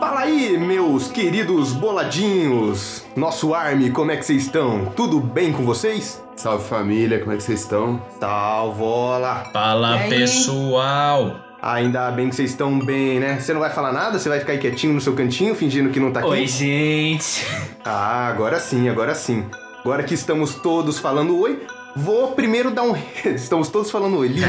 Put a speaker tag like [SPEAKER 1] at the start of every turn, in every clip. [SPEAKER 1] Fala aí, meus queridos boladinhos! Nosso Army, como é que vocês estão? Tudo bem com vocês?
[SPEAKER 2] Salve família, como é que vocês estão?
[SPEAKER 1] Salvola!
[SPEAKER 3] Fala
[SPEAKER 4] E aí?
[SPEAKER 3] pessoal!
[SPEAKER 1] Ainda bem que vocês estão bem, né? Você não vai falar nada? Você vai ficar aí quietinho no seu cantinho, fingindo que não tá aqui?
[SPEAKER 3] Oi, gente!
[SPEAKER 1] Ah, agora sim, agora sim. Agora que estamos todos falando oi, vou primeiro dar um. estamos todos falando oi. Lindo.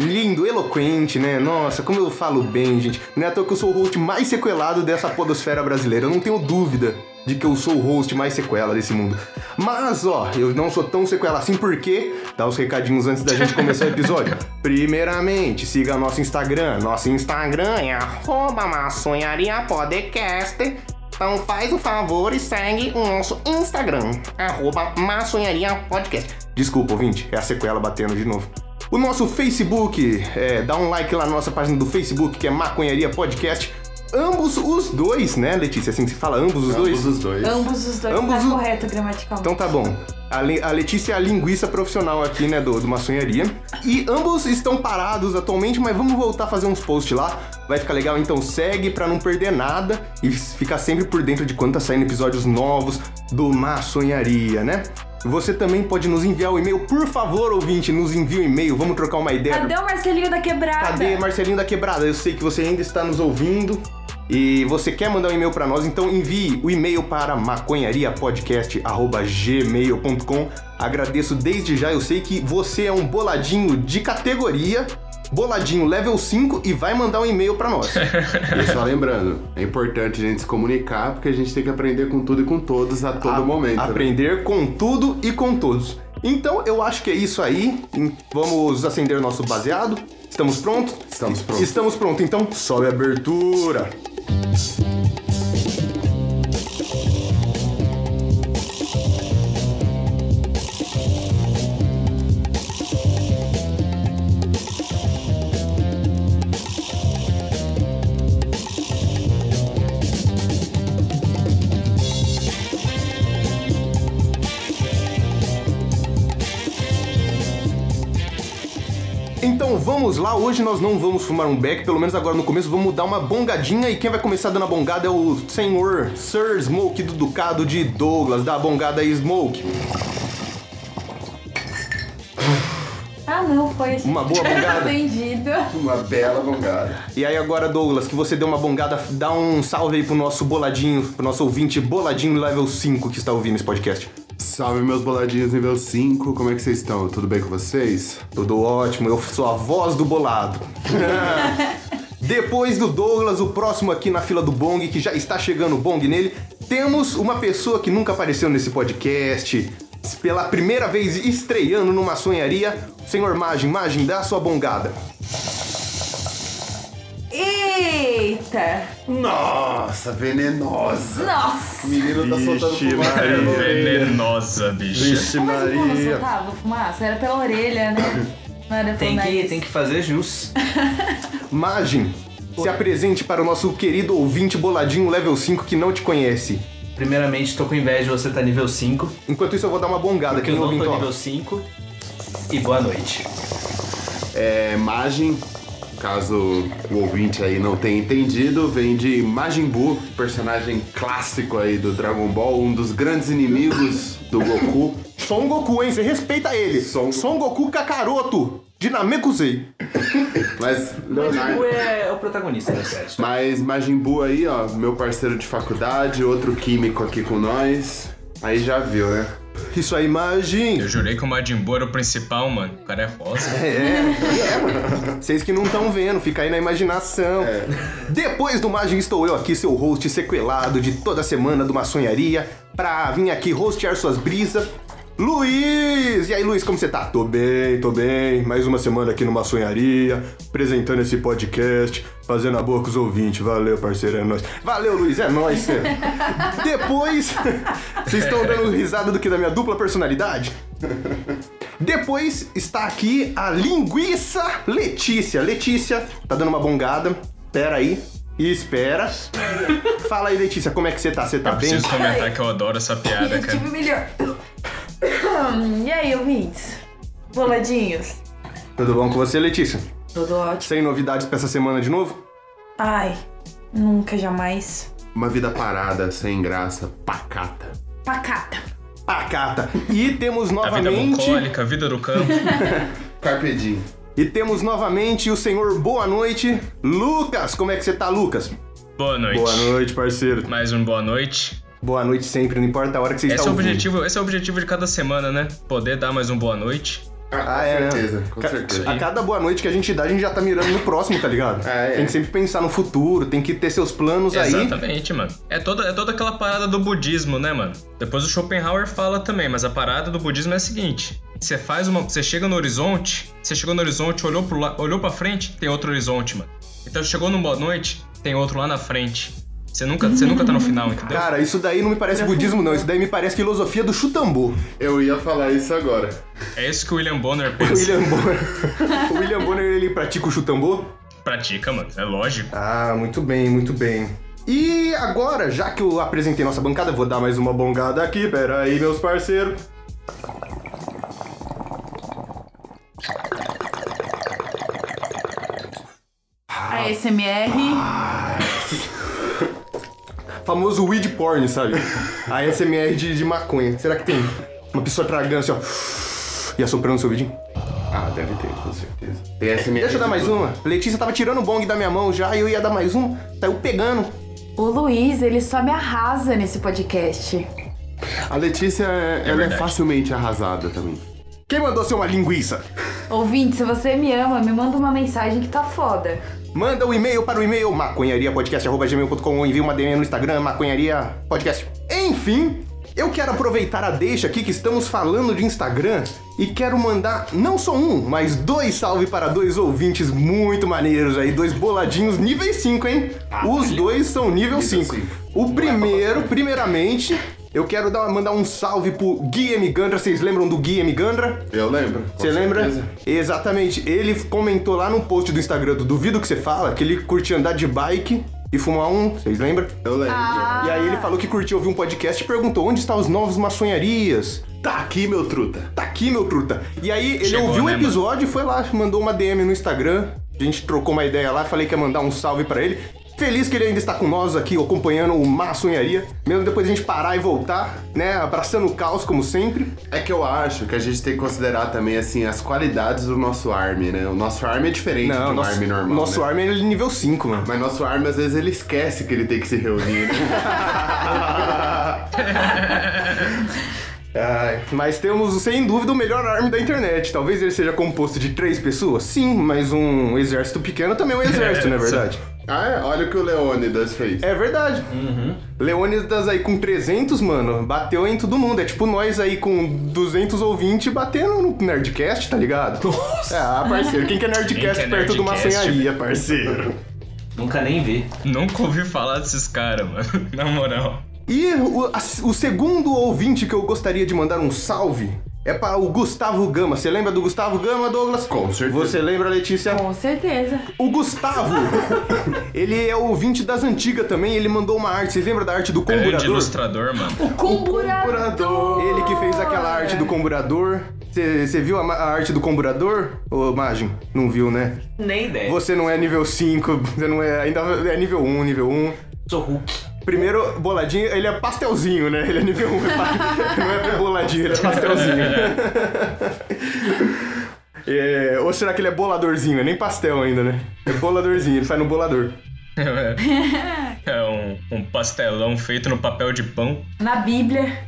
[SPEAKER 1] Lindo, eloquente, né? Nossa, como eu falo bem, gente. Não é à toa que eu sou o host mais sequelado dessa podosfera brasileira. Eu não tenho dúvida de que eu sou o host mais sequela desse mundo. Mas, ó, eu não sou tão sequela assim porque... Dá os recadinhos antes da gente começar o episódio. Primeiramente, siga nosso Instagram. Nosso Instagram é arroba maçonhariapodcast. Então faz o favor e segue o nosso Instagram, arroba maçonhariapodcast. Desculpa, ouvinte, é a sequela batendo de novo. O nosso Facebook, é, dá um like lá na nossa página do Facebook, que é Maconharia Podcast. Ambos os dois, né, Letícia? Assim que se fala, ambos os dois?
[SPEAKER 2] Ambos os dois.
[SPEAKER 4] Ambos os dois
[SPEAKER 1] Ambos
[SPEAKER 4] tá
[SPEAKER 1] os-
[SPEAKER 4] correto gramaticalmente.
[SPEAKER 1] Então tá bom. A, Le- a Letícia é a linguiça profissional aqui, né, do, do maçonharia. E ambos estão parados atualmente, mas vamos voltar a fazer uns posts lá. Vai ficar legal, então segue pra não perder nada e s- ficar sempre por dentro de quando tá saindo episódios novos do maçonharia, né? Você também pode nos enviar o e-mail, por favor, ouvinte, nos envie o e-mail, vamos trocar uma ideia.
[SPEAKER 4] Cadê o Marcelinho da Quebrada?
[SPEAKER 1] Cadê Marcelinho da Quebrada? Eu sei que você ainda está nos ouvindo e você quer mandar um e-mail para nós, então envie o e-mail para maconhariapodcast@gmail.com. Agradeço desde já, eu sei que você é um boladinho de categoria, boladinho level 5 e vai mandar um e-mail para nós.
[SPEAKER 2] E só lembrando, é importante a gente se comunicar porque a gente tem que aprender com tudo e com todos a todo
[SPEAKER 1] A-
[SPEAKER 2] momento. né?
[SPEAKER 1] Aprender com tudo e com todos. Então eu acho que é isso aí. Em- Vamos acender o nosso baseado. Estamos prontos?
[SPEAKER 2] Estamos prontos.
[SPEAKER 1] Estamos prontos. Então sobe a abertura. Então vamos lá, hoje nós não vamos fumar um beck, pelo menos agora no começo vamos dar uma bongadinha e quem vai começar dando a bongada é o senhor Sir Smoke do Ducado de Douglas, da bongada aí, Smoke.
[SPEAKER 4] Ah, não, foi assim.
[SPEAKER 1] Uma boa bugada.
[SPEAKER 4] Atendido.
[SPEAKER 2] Uma bela bongada.
[SPEAKER 1] E aí agora Douglas, que você deu uma bongada, dá um salve aí pro nosso boladinho, pro nosso ouvinte boladinho level 5 que está ouvindo esse podcast.
[SPEAKER 2] Salve meus boladinhos nível 5, como é que vocês estão? Tudo bem com vocês?
[SPEAKER 1] Tudo ótimo, eu sou a voz do bolado. Depois do Douglas, o próximo aqui na fila do Bong, que já está chegando o Bong nele, temos uma pessoa que nunca apareceu nesse podcast, pela primeira vez estreando numa sonharia. Senhor Magem, Magem, dá a sua bongada.
[SPEAKER 4] Eita!
[SPEAKER 2] Nossa, venenosa.
[SPEAKER 4] Nossa!
[SPEAKER 2] O menino tá soltando fumaça.
[SPEAKER 3] É venenosa, bicha.
[SPEAKER 2] Vixe
[SPEAKER 4] Mas o bolo
[SPEAKER 2] Maria.
[SPEAKER 4] soltava fumaça? Era pela orelha, né? Não era pelo
[SPEAKER 5] Tem que,
[SPEAKER 4] nariz.
[SPEAKER 5] tem que fazer jus.
[SPEAKER 1] Magem, se apresente para o nosso querido ouvinte boladinho level 5 que não te conhece.
[SPEAKER 5] Primeiramente, tô com inveja de você tá nível 5.
[SPEAKER 1] Enquanto isso, eu vou dar uma bongada
[SPEAKER 5] Porque
[SPEAKER 1] aqui
[SPEAKER 5] eu
[SPEAKER 1] no
[SPEAKER 5] não
[SPEAKER 1] ouvinte.
[SPEAKER 5] tô
[SPEAKER 1] ó.
[SPEAKER 5] nível 5. E boa noite.
[SPEAKER 2] É Magem, caso o ouvinte aí não tenha entendido, vem de Majin Buu, personagem clássico aí do Dragon Ball, um dos grandes inimigos do Goku.
[SPEAKER 1] Son Goku, hein? Você respeita ele.
[SPEAKER 2] Son-
[SPEAKER 1] Son Goku Kakaroto, de Namekusei.
[SPEAKER 2] Mas
[SPEAKER 5] Mas
[SPEAKER 2] Leonardo.
[SPEAKER 5] o é o protagonista da série.
[SPEAKER 2] Mas Majin Buu aí, ó, meu parceiro de faculdade, outro químico aqui com nós. Aí já viu, né?
[SPEAKER 1] Isso aí, Magem.
[SPEAKER 3] Eu jurei que o Majin Buu era o principal, mano. O cara é rosa.
[SPEAKER 1] Vocês que não estão vendo, fica aí na imaginação. Depois do Magem estou eu aqui, seu host sequelado de toda semana de uma sonharia, pra vir aqui hostear suas brisas. Luiz! E aí, Luiz, como você tá? Tô bem, tô bem. Mais uma semana aqui numa sonharia, apresentando esse podcast, fazendo a boa com os ouvintes. Valeu, parceiro, é nóis. Valeu, Luiz, é nóis. cê. Depois, vocês estão dando risada do que da minha dupla personalidade? Depois está aqui a linguiça Letícia. Letícia, tá dando uma bongada. Pera aí. E espera. Fala aí, Letícia, como é que você tá? Você tá bem?
[SPEAKER 3] Preciso comentar que eu adoro essa piada,
[SPEAKER 4] Eu
[SPEAKER 3] cara.
[SPEAKER 4] tive melhor. Hum, E aí, ouvintes? Boladinhos?
[SPEAKER 1] Tudo bom com você, Letícia?
[SPEAKER 4] Tudo ótimo.
[SPEAKER 1] Sem novidades pra essa semana de novo?
[SPEAKER 4] Ai, Nunca, jamais.
[SPEAKER 2] Uma vida parada, sem graça, pacata.
[SPEAKER 4] Pacata.
[SPEAKER 1] Pacata. E temos
[SPEAKER 3] A vida é
[SPEAKER 1] novamente.
[SPEAKER 3] bucólica, a vida do campo.
[SPEAKER 2] Carpe diem.
[SPEAKER 1] E temos novamente o senhor Boa Noite, Lucas. Como é que você tá, Lucas?
[SPEAKER 3] Boa noite.
[SPEAKER 1] Boa noite, parceiro.
[SPEAKER 3] Mais um boa noite.
[SPEAKER 1] Boa noite sempre, não importa a hora que você
[SPEAKER 3] Esse
[SPEAKER 1] está
[SPEAKER 3] é, o
[SPEAKER 1] ouvindo.
[SPEAKER 3] objetivo, esse é o objetivo de cada semana, né? Poder dar mais um boa noite.
[SPEAKER 1] Ah, é, né?
[SPEAKER 2] Com certeza, com
[SPEAKER 1] Ca-
[SPEAKER 2] certeza.
[SPEAKER 1] A cada boa noite que a gente dá, a gente já tá mirando no próximo, tá ligado?
[SPEAKER 2] É, é.
[SPEAKER 1] Tem que sempre pensar no futuro, tem que ter seus planos aí.
[SPEAKER 3] Exatamente, mano. É toda, é toda aquela parada do budismo, né, mano? Depois o Schopenhauer fala também, mas a parada do budismo é a seguinte: você faz uma. Você chega no horizonte, você chegou no horizonte, olhou, pro la, olhou pra frente, tem outro horizonte, mano. Então chegou no boa noite, tem outro lá na frente. Você nunca, você nunca tá no final, entendeu?
[SPEAKER 1] Cara, isso daí não me parece budismo, não. Isso daí me parece filosofia do chutambô.
[SPEAKER 2] Eu ia falar isso agora.
[SPEAKER 3] É isso que o William Bonner pensa.
[SPEAKER 1] William Bonner. o William Bonner, ele pratica o chutambô?
[SPEAKER 3] Pratica, mano. É lógico.
[SPEAKER 1] Ah, muito bem, muito bem. E agora, já que eu apresentei nossa bancada, vou dar mais uma bongada aqui. Pera aí, meus parceiros. Ah,
[SPEAKER 4] A ASMR.
[SPEAKER 1] Famoso weed porn, sabe? A SMR de, de maconha. Será que tem uma pessoa tragando assim, ó? E assoprando seu vidinho?
[SPEAKER 2] Ah, deve ter, com certeza. Tem SMS.
[SPEAKER 1] Deixa eu dar mais uma. Letícia tava tirando o bong da minha mão já e eu ia dar mais um. Saiu pegando.
[SPEAKER 4] O Luiz, ele só me arrasa nesse podcast.
[SPEAKER 2] A Letícia, ela é
[SPEAKER 3] verdade.
[SPEAKER 2] facilmente arrasada também.
[SPEAKER 1] Quem mandou ser uma linguiça?
[SPEAKER 4] Ouvinte, se você me ama, me manda uma mensagem que tá foda.
[SPEAKER 1] Manda um e-mail para o e-mail maconhariapodcast.gmail.com ou envia uma DM no Instagram, maconhariapodcast. Enfim, eu quero aproveitar a deixa aqui que estamos falando de Instagram e quero mandar não só um, mas dois salve para dois ouvintes muito maneiros aí, dois boladinhos nível 5, hein? Os dois são nível 5.
[SPEAKER 2] cinco.
[SPEAKER 1] O primeiro, primeiramente, eu quero dar- mandar um salve pro Guilherme Gandra. Vocês lembram do Guilherme Gandra?
[SPEAKER 2] Eu lembro. com
[SPEAKER 1] Você lembra?
[SPEAKER 2] certeza.
[SPEAKER 1] Exatamente. Ele comentou lá no post do Instagram do Duvido que você fala que ele curtia andar de bike e fumar um, vocês lembram?
[SPEAKER 2] Eu lembro.
[SPEAKER 1] E aí ele falou que curtiu ouvir um podcast e perguntou onde estão os novos maçonharias.
[SPEAKER 2] Tá aqui, meu truta.
[SPEAKER 1] Tá aqui, meu truta. E aí ele
[SPEAKER 3] Chegou,
[SPEAKER 1] ouviu o
[SPEAKER 3] né, mano?
[SPEAKER 1] episódio e foi lá, mandou uma DM no Instagram. A gente trocou uma ideia lá, falei que ia mandar um salve pra ele. Feliz que ele ainda está com nós aqui, acompanhando o Maçonharia. Mesmo depois a gente parar e voltar, né? Abraçando o caos, como sempre.
[SPEAKER 2] É que eu acho que a gente tem que considerar também, assim, as qualidades do nosso army, né? O nosso army é diferente do
[SPEAKER 1] nosso,
[SPEAKER 2] army normal.
[SPEAKER 1] nosso
[SPEAKER 2] né?
[SPEAKER 1] army é nível 5, mano.
[SPEAKER 2] Mas nosso army, às vezes, ele esquece que ele tem que se reunir. né?
[SPEAKER 1] Ai, mas temos, sem dúvida, o melhor army da internet. Talvez ele seja composto de três pessoas? Sim, mas um exército pequeno também é um exército, não é verdade?
[SPEAKER 2] ah, é? Olha o que o Leônidas fez.
[SPEAKER 1] É verdade. Leônidas aí com 300, mano, bateu em todo mundo. É tipo nós aí com 220 ouvinte batendo no Nerdcast, tá ligado? Nossa! Ah, parceiro, quem que é Nerdcast
[SPEAKER 3] Quem que é
[SPEAKER 1] perto de uma
[SPEAKER 3] Nerdcast?
[SPEAKER 1] sonharia, parceiro?
[SPEAKER 5] Nunca nem vi.
[SPEAKER 3] Nunca ouvi falar desses caras, mano. Na moral.
[SPEAKER 1] E o, a- o segundo ouvinte que eu gostaria de mandar um salve é para o Gustavo Gama. Você lembra do Gustavo Gama, Douglas?
[SPEAKER 2] Com certeza.
[SPEAKER 1] Você lembra, Letícia?
[SPEAKER 4] Com certeza.
[SPEAKER 1] O Gustavo, ele é ouvinte das antigas também. Ele mandou uma arte. Vocês lembram da arte do
[SPEAKER 3] Grande
[SPEAKER 1] comburador?
[SPEAKER 3] É ilustrador, mano.
[SPEAKER 4] O comburador.
[SPEAKER 1] Ele que fez aquela arte do comburador. Você viu a, ma- a arte do comburador? Ô, Magem, não viu, né?
[SPEAKER 5] Nem ideia.
[SPEAKER 1] Você não é nível 5, você não é. Ainda é nível 1, nível 1.
[SPEAKER 5] Sou Hulk.
[SPEAKER 1] Primeiro, boladinho, ele é pastelzinho, né? Ele é nível 1. é pa- não é boladinho, ele é pastelzinho. É, ou será que ele é boladorzinho? É nem pastel ainda, né? É boladorzinho, ele sai no bolador.
[SPEAKER 3] É um, um pastelão feito no papel de pão.
[SPEAKER 4] Na Bíblia.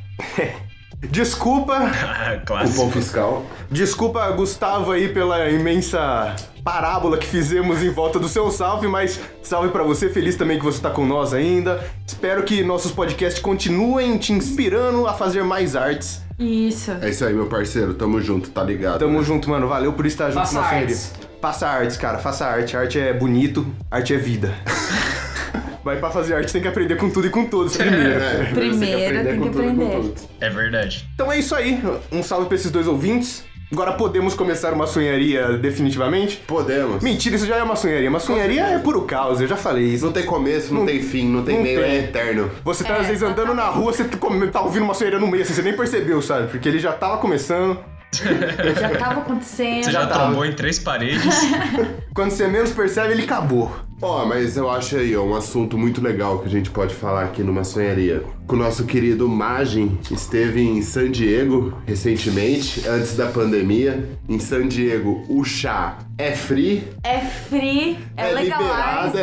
[SPEAKER 1] Desculpa,
[SPEAKER 3] Ah,
[SPEAKER 2] Cupom
[SPEAKER 3] clássico.
[SPEAKER 2] fiscal.
[SPEAKER 1] desculpa, Gustavo, aí pela imensa parábola que fizemos em volta do seu salve, mas salve pra você, feliz também que você tá com nós ainda. Espero que nossos podcasts continuem te inspirando a fazer mais artes.
[SPEAKER 4] Isso.
[SPEAKER 2] É isso aí, meu parceiro. Tamo junto, tá ligado?
[SPEAKER 1] Tamo
[SPEAKER 2] né?
[SPEAKER 1] junto, mano. Valeu por estar junto
[SPEAKER 5] Faça
[SPEAKER 1] na
[SPEAKER 5] artes.
[SPEAKER 1] sonharia. Faça artes, cara. Faça arte. Arte é bonito, arte é vida. Vai pra fazer arte, tem que aprender com tudo e com todos primeiro.
[SPEAKER 2] É,
[SPEAKER 4] Primeiro
[SPEAKER 2] você
[SPEAKER 4] tem
[SPEAKER 2] com
[SPEAKER 4] que
[SPEAKER 2] tudo e com
[SPEAKER 4] aprender.
[SPEAKER 2] todos.
[SPEAKER 3] É verdade.
[SPEAKER 1] Então é isso aí. Um salve pra esses dois ouvintes. Agora podemos começar uma sonharia definitivamente?
[SPEAKER 2] Podemos.
[SPEAKER 1] Mentira, isso já é uma sonharia. Uma sonharia é puro caos, eu já falei isso.
[SPEAKER 2] Não tem começo, não, tem fim, não tem
[SPEAKER 1] não
[SPEAKER 2] meio,
[SPEAKER 1] tem.
[SPEAKER 2] é eterno.
[SPEAKER 1] Você tá às vezes andando na rua, você tá come- tá ouvindo uma sonharia no meio, assim, você nem percebeu, sabe? Porque ele já tava começando.
[SPEAKER 4] Já tava acontecendo.
[SPEAKER 3] Você já tá-
[SPEAKER 2] tava.
[SPEAKER 3] tombou em três paredes.
[SPEAKER 1] Quando você menos percebe, ele acabou.
[SPEAKER 2] Ó, mas eu acho aí ó, um assunto muito legal que a gente pode falar aqui numa sonharia. O nosso querido Magem esteve em San Diego recentemente, antes da pandemia. Em San Diego, o chá é free,
[SPEAKER 4] É free, é,
[SPEAKER 2] liberado,
[SPEAKER 4] legalize.
[SPEAKER 2] é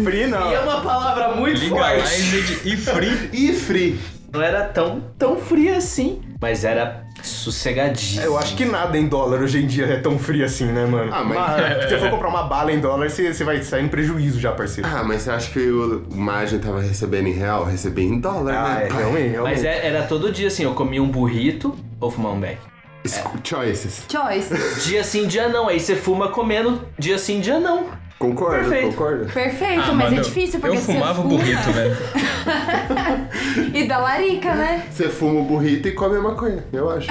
[SPEAKER 2] legalize
[SPEAKER 1] Free não.
[SPEAKER 5] E é uma palavra muito forte.
[SPEAKER 3] Legalized e free.
[SPEAKER 2] e free.
[SPEAKER 5] Não era tão, tão fria assim, mas era sossegadíssimo.
[SPEAKER 1] Eu acho que nada em dólar hoje em dia é tão frio assim, né, mano?
[SPEAKER 2] Ah, mas-
[SPEAKER 1] se você for comprar uma bala em dólar, você, você vai sair no prejuízo já, parceiro.
[SPEAKER 2] Ah, mas você acha que o Magem tava recebendo em real? Recebia em dólar,
[SPEAKER 1] Ah,
[SPEAKER 2] né?
[SPEAKER 1] é, realmente,
[SPEAKER 5] Mas
[SPEAKER 1] realmente.
[SPEAKER 5] é- era todo dia assim, eu comia um burrito ou fumava um beck.
[SPEAKER 1] é.
[SPEAKER 2] Esco- Choices.
[SPEAKER 4] Choice.
[SPEAKER 5] Dia sim, dia não. Aí você fuma comendo, dia sim, dia não.
[SPEAKER 2] Concordo,
[SPEAKER 5] Perfeito.
[SPEAKER 2] concordo.
[SPEAKER 4] Perfeito,
[SPEAKER 3] Ah,
[SPEAKER 4] mas
[SPEAKER 3] mano,
[SPEAKER 4] é difícil porque
[SPEAKER 3] Eu
[SPEAKER 4] você
[SPEAKER 3] fumava
[SPEAKER 4] fuma
[SPEAKER 3] burrito, velho.
[SPEAKER 4] E dá larica, né?
[SPEAKER 2] Você fuma o burrito e come a maconha, eu acho.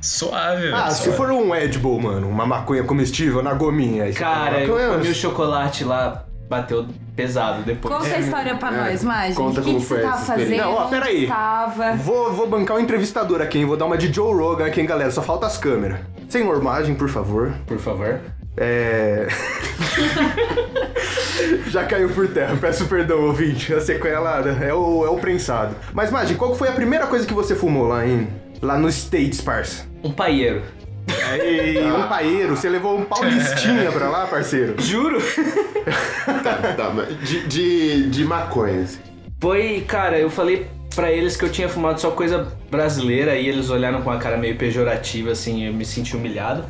[SPEAKER 3] Suave, velho.
[SPEAKER 1] Ah, se
[SPEAKER 3] suave.
[SPEAKER 1] for um Edible, mano, uma maconha comestível na gominha. aí você
[SPEAKER 5] Cara,
[SPEAKER 1] fala,
[SPEAKER 5] eu
[SPEAKER 1] "Maconha,
[SPEAKER 5] comi o chocolate lá, bateu pesado depois.
[SPEAKER 4] Conta a história pra
[SPEAKER 2] é.
[SPEAKER 4] nós, Magi.
[SPEAKER 2] Conta
[SPEAKER 4] o que,
[SPEAKER 2] como
[SPEAKER 4] que
[SPEAKER 2] foi
[SPEAKER 4] você tava
[SPEAKER 2] essa experiência.
[SPEAKER 4] fazendo?
[SPEAKER 1] Não, ó,
[SPEAKER 4] onde
[SPEAKER 1] peraí.
[SPEAKER 4] Tava.
[SPEAKER 1] Vou, vou bancar o entrevistador aqui, hein? Vou dar uma de Joe Rogan aqui, hein, galera? Só falta as câmeras. Sem ormagem, por favor.
[SPEAKER 5] Por favor.
[SPEAKER 1] É. Já caiu por terra, peço perdão, ouvinte. A sequela é o, é o prensado. Mas, Magem, qual que foi a primeira coisa que você fumou lá em. Lá no States, parça?
[SPEAKER 5] Um paieiro.
[SPEAKER 1] Ei, um paeiro, você levou um paulistinha pra lá, parceiro.
[SPEAKER 5] Juro?
[SPEAKER 2] Tá, mas de, de, de maconha, assim.
[SPEAKER 5] Foi, cara, eu falei pra eles que eu tinha fumado só coisa brasileira e eles olharam com uma cara meio pejorativa, assim, eu me senti humilhado.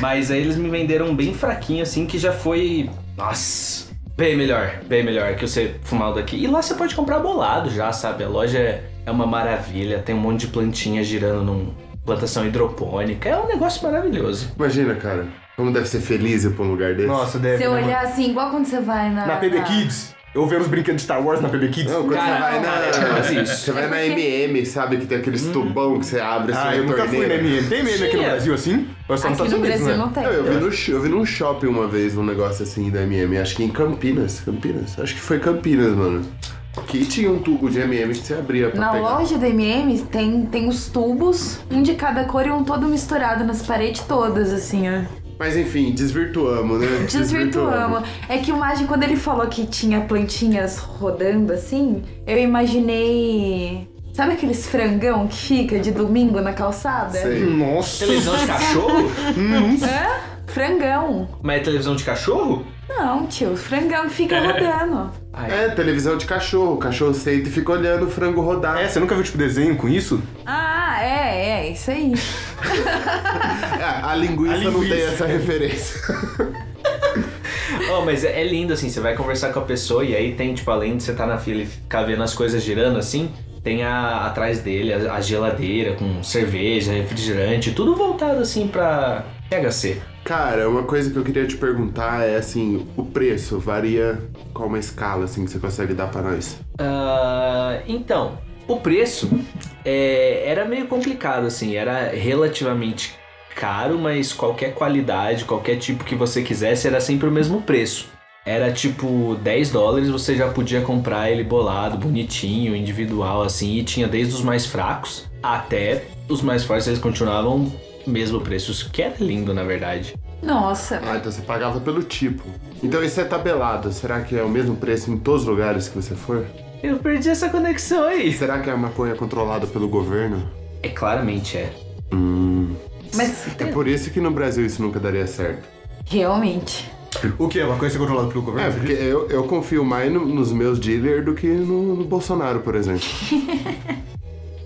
[SPEAKER 5] Mas aí eles me venderam bem fraquinho, assim, que já foi. Nossa! Bem melhor, bem melhor que você fumar o daqui. E lá você pode comprar bolado já, sabe? A loja é- é uma maravilha, tem um monte de plantinhas girando num plantação hidropônica. É um negócio maravilhoso.
[SPEAKER 2] Imagina, cara, como deve ser feliz ir pra um lugar desse.
[SPEAKER 1] Nossa, deve.
[SPEAKER 4] Você
[SPEAKER 1] né,
[SPEAKER 4] olhar assim, igual quando você vai na.
[SPEAKER 1] mano? Na PB Kids? Eu ver os brinquedos de Star Wars na PB Kids?
[SPEAKER 2] Não, quando
[SPEAKER 5] Cara,
[SPEAKER 2] você vai
[SPEAKER 5] cara, é
[SPEAKER 2] na.
[SPEAKER 5] quase isso.
[SPEAKER 2] Você vai na
[SPEAKER 4] É porque-
[SPEAKER 2] MM, sabe? Que tem aqueles tubão que você abre assim
[SPEAKER 1] ah,
[SPEAKER 2] na
[SPEAKER 1] eu nunca fui na
[SPEAKER 2] torneira.
[SPEAKER 1] MM. Tem MM aqui no
[SPEAKER 5] Tinha.
[SPEAKER 1] Brasil assim? Ou é só nos
[SPEAKER 4] Aqui
[SPEAKER 1] Estados
[SPEAKER 4] no
[SPEAKER 1] Unidos,
[SPEAKER 4] Brasil
[SPEAKER 1] né?
[SPEAKER 4] não tem.
[SPEAKER 2] Não, eu, vi no, sh- eu vi num shopping uma vez um negócio assim da MM, acho que em Campinas. Campinas? Acho que foi Campinas, mano. Que tinha um tubo de MM que você abria pra
[SPEAKER 4] Na
[SPEAKER 2] pegar.
[SPEAKER 4] loja do MM tem, tem os tubos, um de cada cor e um todo misturado nas paredes todas, assim, ó.
[SPEAKER 2] Mas enfim, desvirtuamos, né?
[SPEAKER 4] Desvirtuamos. É que o Magem, quando ele falou que tinha plantinhas rodando assim, eu imaginei. Sabe aqueles frangão que fica de domingo na calçada?
[SPEAKER 2] Sei.
[SPEAKER 1] Nossa.
[SPEAKER 5] Televisão de cachorro?
[SPEAKER 4] Hã? Frangão.
[SPEAKER 5] Mas é televisão de cachorro?
[SPEAKER 4] Não, tio, frangão que fica rodando.
[SPEAKER 2] É, televisão de cachorro. O cachorro senta e fica olhando o frango rodar.
[SPEAKER 1] É, você nunca viu tipo desenho com isso?
[SPEAKER 4] Ah, é, é, isso aí.
[SPEAKER 2] É, a linguiça,
[SPEAKER 1] A
[SPEAKER 2] não
[SPEAKER 1] linguiça.
[SPEAKER 2] tem essa referência.
[SPEAKER 5] Oh, mas é, é lindo assim, você vai conversar com a pessoa e aí tem, tipo, além de você estar na fila e ficar vendo as coisas girando assim, tem a, atrás dele a, a geladeira com cerveja, refrigerante, tudo voltado assim pra THC.
[SPEAKER 2] Cara, uma coisa que eu queria te perguntar é assim, o preço varia qual uma escala assim que você consegue dar pra nós?
[SPEAKER 5] Ah, então, o preço é, era meio complicado assim, era relativamente caro, mas qualquer qualidade, qualquer tipo que você quisesse era sempre o mesmo preço. Era tipo 10 dólares, você já podia comprar ele bolado, bonitinho, individual assim, e tinha desde os mais fracos até os mais fortes, eles continuavam o mesmo preço, que era lindo na verdade.
[SPEAKER 4] Nossa.
[SPEAKER 2] Ah, então você pagava pelo tipo. Então isso é tabelado. Será que é o mesmo preço em todos os lugares que você for?
[SPEAKER 5] Eu perdi essa conexão
[SPEAKER 2] E
[SPEAKER 5] aí.
[SPEAKER 2] será que a maconha é controlada pelo governo?
[SPEAKER 5] É claramente é.
[SPEAKER 4] Mas
[SPEAKER 2] É por isso que no Brasil isso nunca daria certo.
[SPEAKER 4] realmente.
[SPEAKER 1] O que? Uma coisa que é controlada pelo governo?
[SPEAKER 2] É, porque eu, eu confio mais no- nos meus dealers do que no, no Bolsonaro, por exemplo.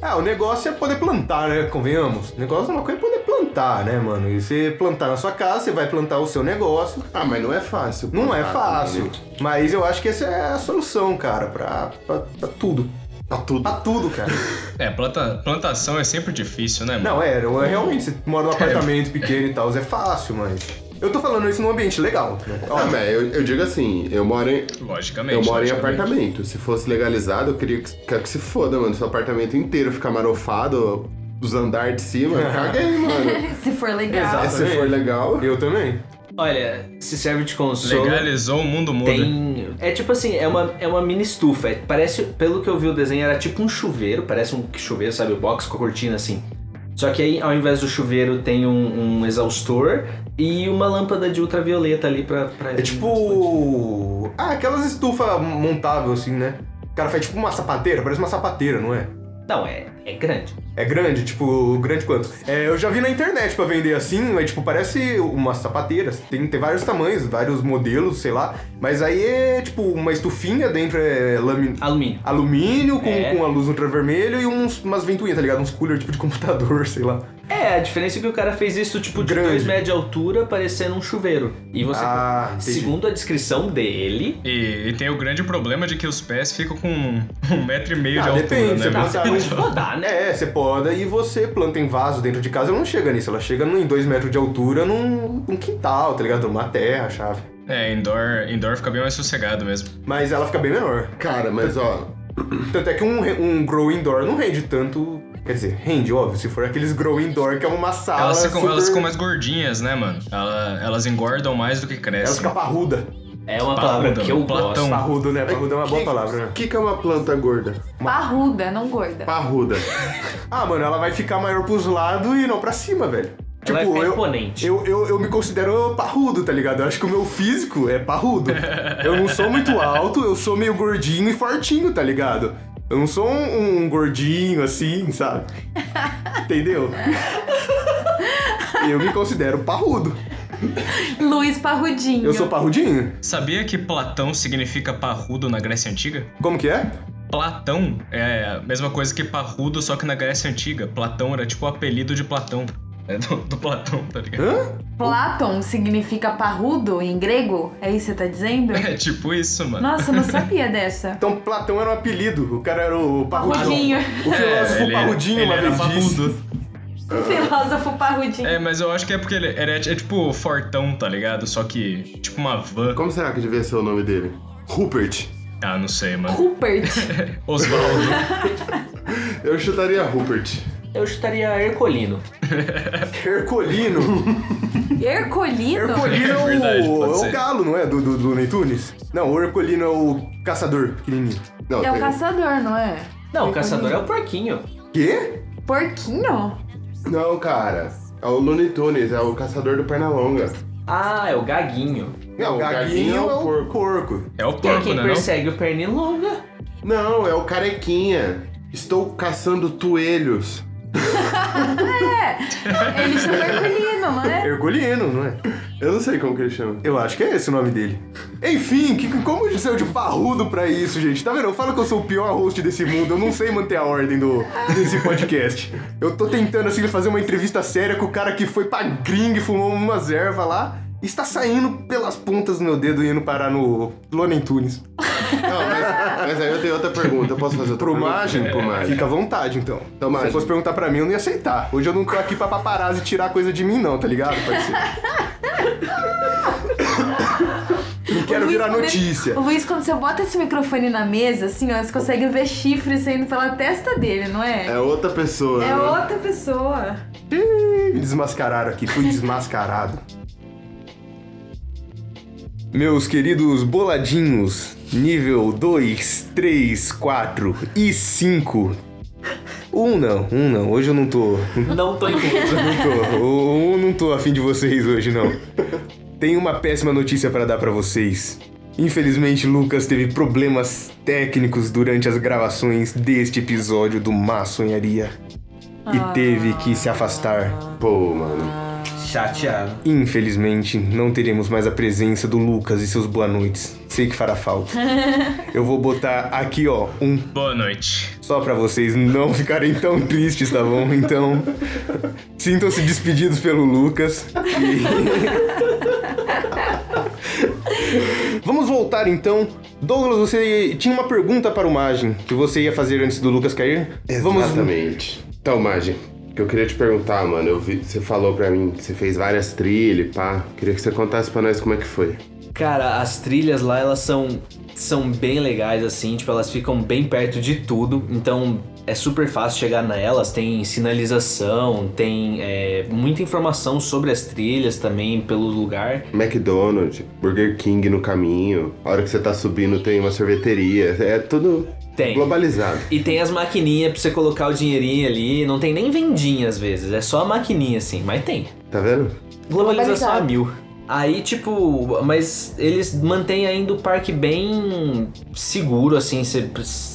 [SPEAKER 1] Ah, o negócio é poder plantar, né? Convenhamos. O negócio é uma coisa é poder plantar, né, mano? E você plantar na sua casa, você vai plantar o seu negócio.
[SPEAKER 2] Ah, mas não é fácil.
[SPEAKER 1] Não é
[SPEAKER 2] plantar
[SPEAKER 1] fácil.
[SPEAKER 2] também, né?
[SPEAKER 1] Mas eu acho que essa é a solução, cara, pra, pra, pra tudo.
[SPEAKER 2] Tá tudo.
[SPEAKER 1] Pra tudo, cara.
[SPEAKER 3] É, planta- plantação é sempre difícil, né, mano?
[SPEAKER 1] Não, é, eu- realmente, você mora num apartamento pequeno e tal, é fácil, mas. Eu tô falando isso num ambiente legal, né? Ó,
[SPEAKER 2] Ah, mas eu, eu digo assim, eu moro em,
[SPEAKER 3] Logicamente.
[SPEAKER 2] eu moro em
[SPEAKER 3] logicamente.
[SPEAKER 2] apartamento. Se fosse legalizado, eu queria que, quero que se foda, mano. Se o apartamento inteiro ficar marofado, os andares de cima, eu caguei, mano.
[SPEAKER 4] Se for legal.
[SPEAKER 2] É, se for legal.
[SPEAKER 1] eu também.
[SPEAKER 5] Olha, se serve de consolo.
[SPEAKER 3] Legalizou o mundo muda.
[SPEAKER 5] Tem. É tipo assim, é uma, é uma mini estufa. É- parece, pelo que eu vi o desenho, era tipo um chuveiro. Parece um chuveiro, sabe? O box com a cortina assim. Só que aí, ao invés do chuveiro, tem um, um exaustor e uma lâmpada de ultravioleta ali pra... pra
[SPEAKER 1] É tipo. Ah, aquelas estufas montáveis assim, né? O cara faz tipo uma sapateira, parece uma sapateira, não é?
[SPEAKER 5] Não, é, é grande.
[SPEAKER 1] É grande, tipo, grande quanto? É, eu já vi na internet pra vender assim, mas tipo, parece uma sapateira. Tem, tem vários tamanhos, vários modelos, sei lá. Mas aí é tipo uma estufinha dentro é lami-
[SPEAKER 5] Alumínio.
[SPEAKER 1] alumínio com,
[SPEAKER 5] É.
[SPEAKER 1] com a luz ultravermelho e uns, umas ventoinhas, tá ligado? Uns cooler tipo de computador, sei lá.
[SPEAKER 5] É, a diferença é que o cara fez isso, tipo, de
[SPEAKER 1] Grande.
[SPEAKER 5] 2 metros de altura, parecendo um chuveiro. E você...
[SPEAKER 1] Ah, entendi.
[SPEAKER 5] segundo a descrição dele...
[SPEAKER 3] E, e tem o grande problema de que os pés ficam com um, um metro e meio
[SPEAKER 1] Ah,
[SPEAKER 3] de altura,
[SPEAKER 1] depende,
[SPEAKER 3] né?
[SPEAKER 1] você
[SPEAKER 3] mano?
[SPEAKER 1] pode-
[SPEAKER 5] Nossa, mas rodar, né?
[SPEAKER 1] É, você poda e você planta em vaso dentro de casa, ela não chega nisso, ela chega em dois metros de altura num, num quintal, tá ligado? Numa terra, chave.
[SPEAKER 3] É, indoor, indoor fica bem mais sossegado mesmo.
[SPEAKER 1] Mas ela fica bem menor.
[SPEAKER 2] Cara, mas ó,
[SPEAKER 1] Tanto é que um, re- um grow indoor não rende tanto. Quer dizer, rende, óbvio, se for aqueles grow indoor que é uma sala.
[SPEAKER 3] elas, ficam, elas
[SPEAKER 1] super-
[SPEAKER 3] ficam mais gordinhas, né, mano? Ela- elas engordam mais do que
[SPEAKER 1] Elas
[SPEAKER 3] crescem.
[SPEAKER 1] ficam parruda.
[SPEAKER 5] É uma
[SPEAKER 3] Parruda,
[SPEAKER 5] palavra que eu
[SPEAKER 3] mano. Platão.
[SPEAKER 5] gosto.
[SPEAKER 1] Parrudo, né? Parrudo é uma boa
[SPEAKER 2] que-
[SPEAKER 1] palavra, né?
[SPEAKER 2] O que, que é uma planta gorda?
[SPEAKER 4] Parruda, não gorda.
[SPEAKER 2] Parruda.
[SPEAKER 1] Ah, mano, ela vai ficar maior pros lados e não pra cima, velho. Tipo,
[SPEAKER 5] Ela vai ficar
[SPEAKER 1] eu,
[SPEAKER 5] imponente.
[SPEAKER 1] Eu, eu, eu me considero parrudo, tá ligado? Eu acho que o meu físico é parrudo. eu não sou muito alto, eu sou meio gordinho e fortinho, tá ligado? Eu não sou um, um gordinho assim, sabe? Entendeu? eu me considero parrudo.
[SPEAKER 4] Luiz Parrudinho.
[SPEAKER 1] Eu sou parrudinho?
[SPEAKER 3] Sabia que Platão significa parrudo na Grécia Antiga?
[SPEAKER 1] Como que é?
[SPEAKER 3] Platão é a mesma coisa que parrudo, só que na Grécia Antiga. Platão era tipo o apelido de Platão. É do, do Platão, tá ligado?
[SPEAKER 1] Hã?
[SPEAKER 4] Platon significa parrudo em grego? É isso que você tá dizendo?
[SPEAKER 3] É tipo isso, mano.
[SPEAKER 4] Nossa, eu não sabia dessa.
[SPEAKER 1] Então Platão era um apelido, o cara era o parrudinho.
[SPEAKER 4] Parrudinho.
[SPEAKER 1] O filósofo
[SPEAKER 3] É, ele-
[SPEAKER 1] parrudinho
[SPEAKER 3] ele
[SPEAKER 1] uma
[SPEAKER 3] era
[SPEAKER 1] vez disse.
[SPEAKER 3] parrudo.
[SPEAKER 4] Um filósofo parrudinho.
[SPEAKER 3] É, mas eu acho que é porque ele era é tipo fortão, tá ligado? Só que tipo uma van.
[SPEAKER 2] Como será que devia ser o nome dele? Rupert.
[SPEAKER 3] Ah, não sei, mano.
[SPEAKER 4] Rupert.
[SPEAKER 3] Oswaldo.
[SPEAKER 2] Eu chutaria Rupert.
[SPEAKER 5] Eu chutaria Ercolino.
[SPEAKER 1] Herculino.
[SPEAKER 4] Ercolino?
[SPEAKER 1] Herculino é,
[SPEAKER 3] É verdade,
[SPEAKER 1] o,
[SPEAKER 3] pode
[SPEAKER 1] é o
[SPEAKER 3] ser.
[SPEAKER 1] galo, não é? Do, do, do Looney Tunes? Não, o Herculino é o caçador pequenininho.
[SPEAKER 2] Não,
[SPEAKER 4] É o
[SPEAKER 2] tem-
[SPEAKER 4] caçador, não é?
[SPEAKER 5] Não, o caçador é o porquinho.
[SPEAKER 1] Quê?
[SPEAKER 4] Porquinho?
[SPEAKER 2] Não, cara. É o Looney Tunes, é o caçador do Pernalonga.
[SPEAKER 5] Ah, é o gaguinho.
[SPEAKER 2] Não, o Gaguinho é o porco.
[SPEAKER 3] É o
[SPEAKER 5] Que é
[SPEAKER 3] porco,
[SPEAKER 5] quem
[SPEAKER 3] né? Não?
[SPEAKER 5] persegue o pernilonga.
[SPEAKER 2] Não, é o carequinha. Estou caçando coelhos.
[SPEAKER 4] É. Ele chama Ercolino, não é?
[SPEAKER 1] Herculino, não é?
[SPEAKER 2] Eu não sei como que ele chama.
[SPEAKER 1] Eu acho que é esse o nome dele. Enfim, que, como eu saiu de parrudo pra isso, gente? Tá vendo? Eu falo que eu sou o pior host desse mundo, eu não sei manter a ordem do, desse podcast. Eu tô tentando, assim, fazer uma entrevista séria com o cara que foi pra gringa e fumou umas ervas lá. e Está saindo pelas pontas do meu dedo e indo parar no Lonen Tunes.
[SPEAKER 2] Não, mas, mas aí eu tenho outra pergunta. Eu posso fazer outra
[SPEAKER 1] Pro
[SPEAKER 2] pergunta? É.
[SPEAKER 1] Magem,
[SPEAKER 2] Pro Magem.
[SPEAKER 1] Fica à vontade, então. tipo,
[SPEAKER 2] Então,
[SPEAKER 1] Se
[SPEAKER 2] Magem.
[SPEAKER 1] fosse perguntar pra mim, eu não ia aceitar. Hoje eu não tô aqui pra paparazzi tirar coisa de mim, não, tá ligado? parceiro? não quero
[SPEAKER 4] O Luiz,
[SPEAKER 1] virar
[SPEAKER 4] quando ele-
[SPEAKER 1] notícia.
[SPEAKER 4] O Luiz, quando você bota esse microfone na mesa, assim, ó, você consegue ver chifre saindo pela testa dele, não é?
[SPEAKER 2] É outra pessoa.
[SPEAKER 4] É
[SPEAKER 2] né?
[SPEAKER 4] outra pessoa.
[SPEAKER 1] Me desmascararam aqui, fui desmascarado. Meus queridos boladinhos, nível 2, 3, 4 e 5. Um não, um não, hoje eu não tô.
[SPEAKER 5] Não tô incluso.
[SPEAKER 1] Não tô, um não tô afim de vocês hoje não. Tenho uma péssima notícia pra dar pra vocês. Infelizmente, Lucas teve problemas técnicos durante as gravações deste episódio do Maçonharia e teve que se afastar.
[SPEAKER 2] Pô, mano.
[SPEAKER 5] Chateado.
[SPEAKER 1] Infelizmente, não teremos mais a presença do Lucas e seus boa noites. Sei que fará falta. Eu vou botar aqui, ó, um
[SPEAKER 3] Boa noite.
[SPEAKER 1] só pra vocês não ficarem tão tristes, tá bom? Então, sintam-se despedidos pelo Lucas. e- Vamos voltar então. Douglas, você tinha uma pergunta para o Magem que você ia fazer antes do Lucas cair? Vamos.
[SPEAKER 2] Exatamente. Então, Magem, o que eu queria te perguntar, mano. Eu vi, você falou pra mim que você fez várias trilhas, e pá. Queria que você contasse pra nós como é que foi.
[SPEAKER 5] Cara, as trilhas lá, elas são, são bem legais, assim, tipo, elas ficam bem perto de tudo. Então, É super fácil chegar nelas, tem sinalização, tem é, muita informação sobre as trilhas também pelo lugar.
[SPEAKER 2] McDonald's, Burger King no caminho. A hora que você tá subindo tem uma sorveteria. É tudo
[SPEAKER 5] Tem.
[SPEAKER 2] globalizado.
[SPEAKER 5] E tem as maquininhas pra você colocar o dinheirinho ali. Não tem nem vendinha às vezes, é só a maquininha assim, mas tem.
[SPEAKER 2] Tá vendo?
[SPEAKER 5] Globalização a
[SPEAKER 4] Globalizado.
[SPEAKER 5] mil. Aí, tipo, mas eles mantêm ainda o parque bem seguro, assim, você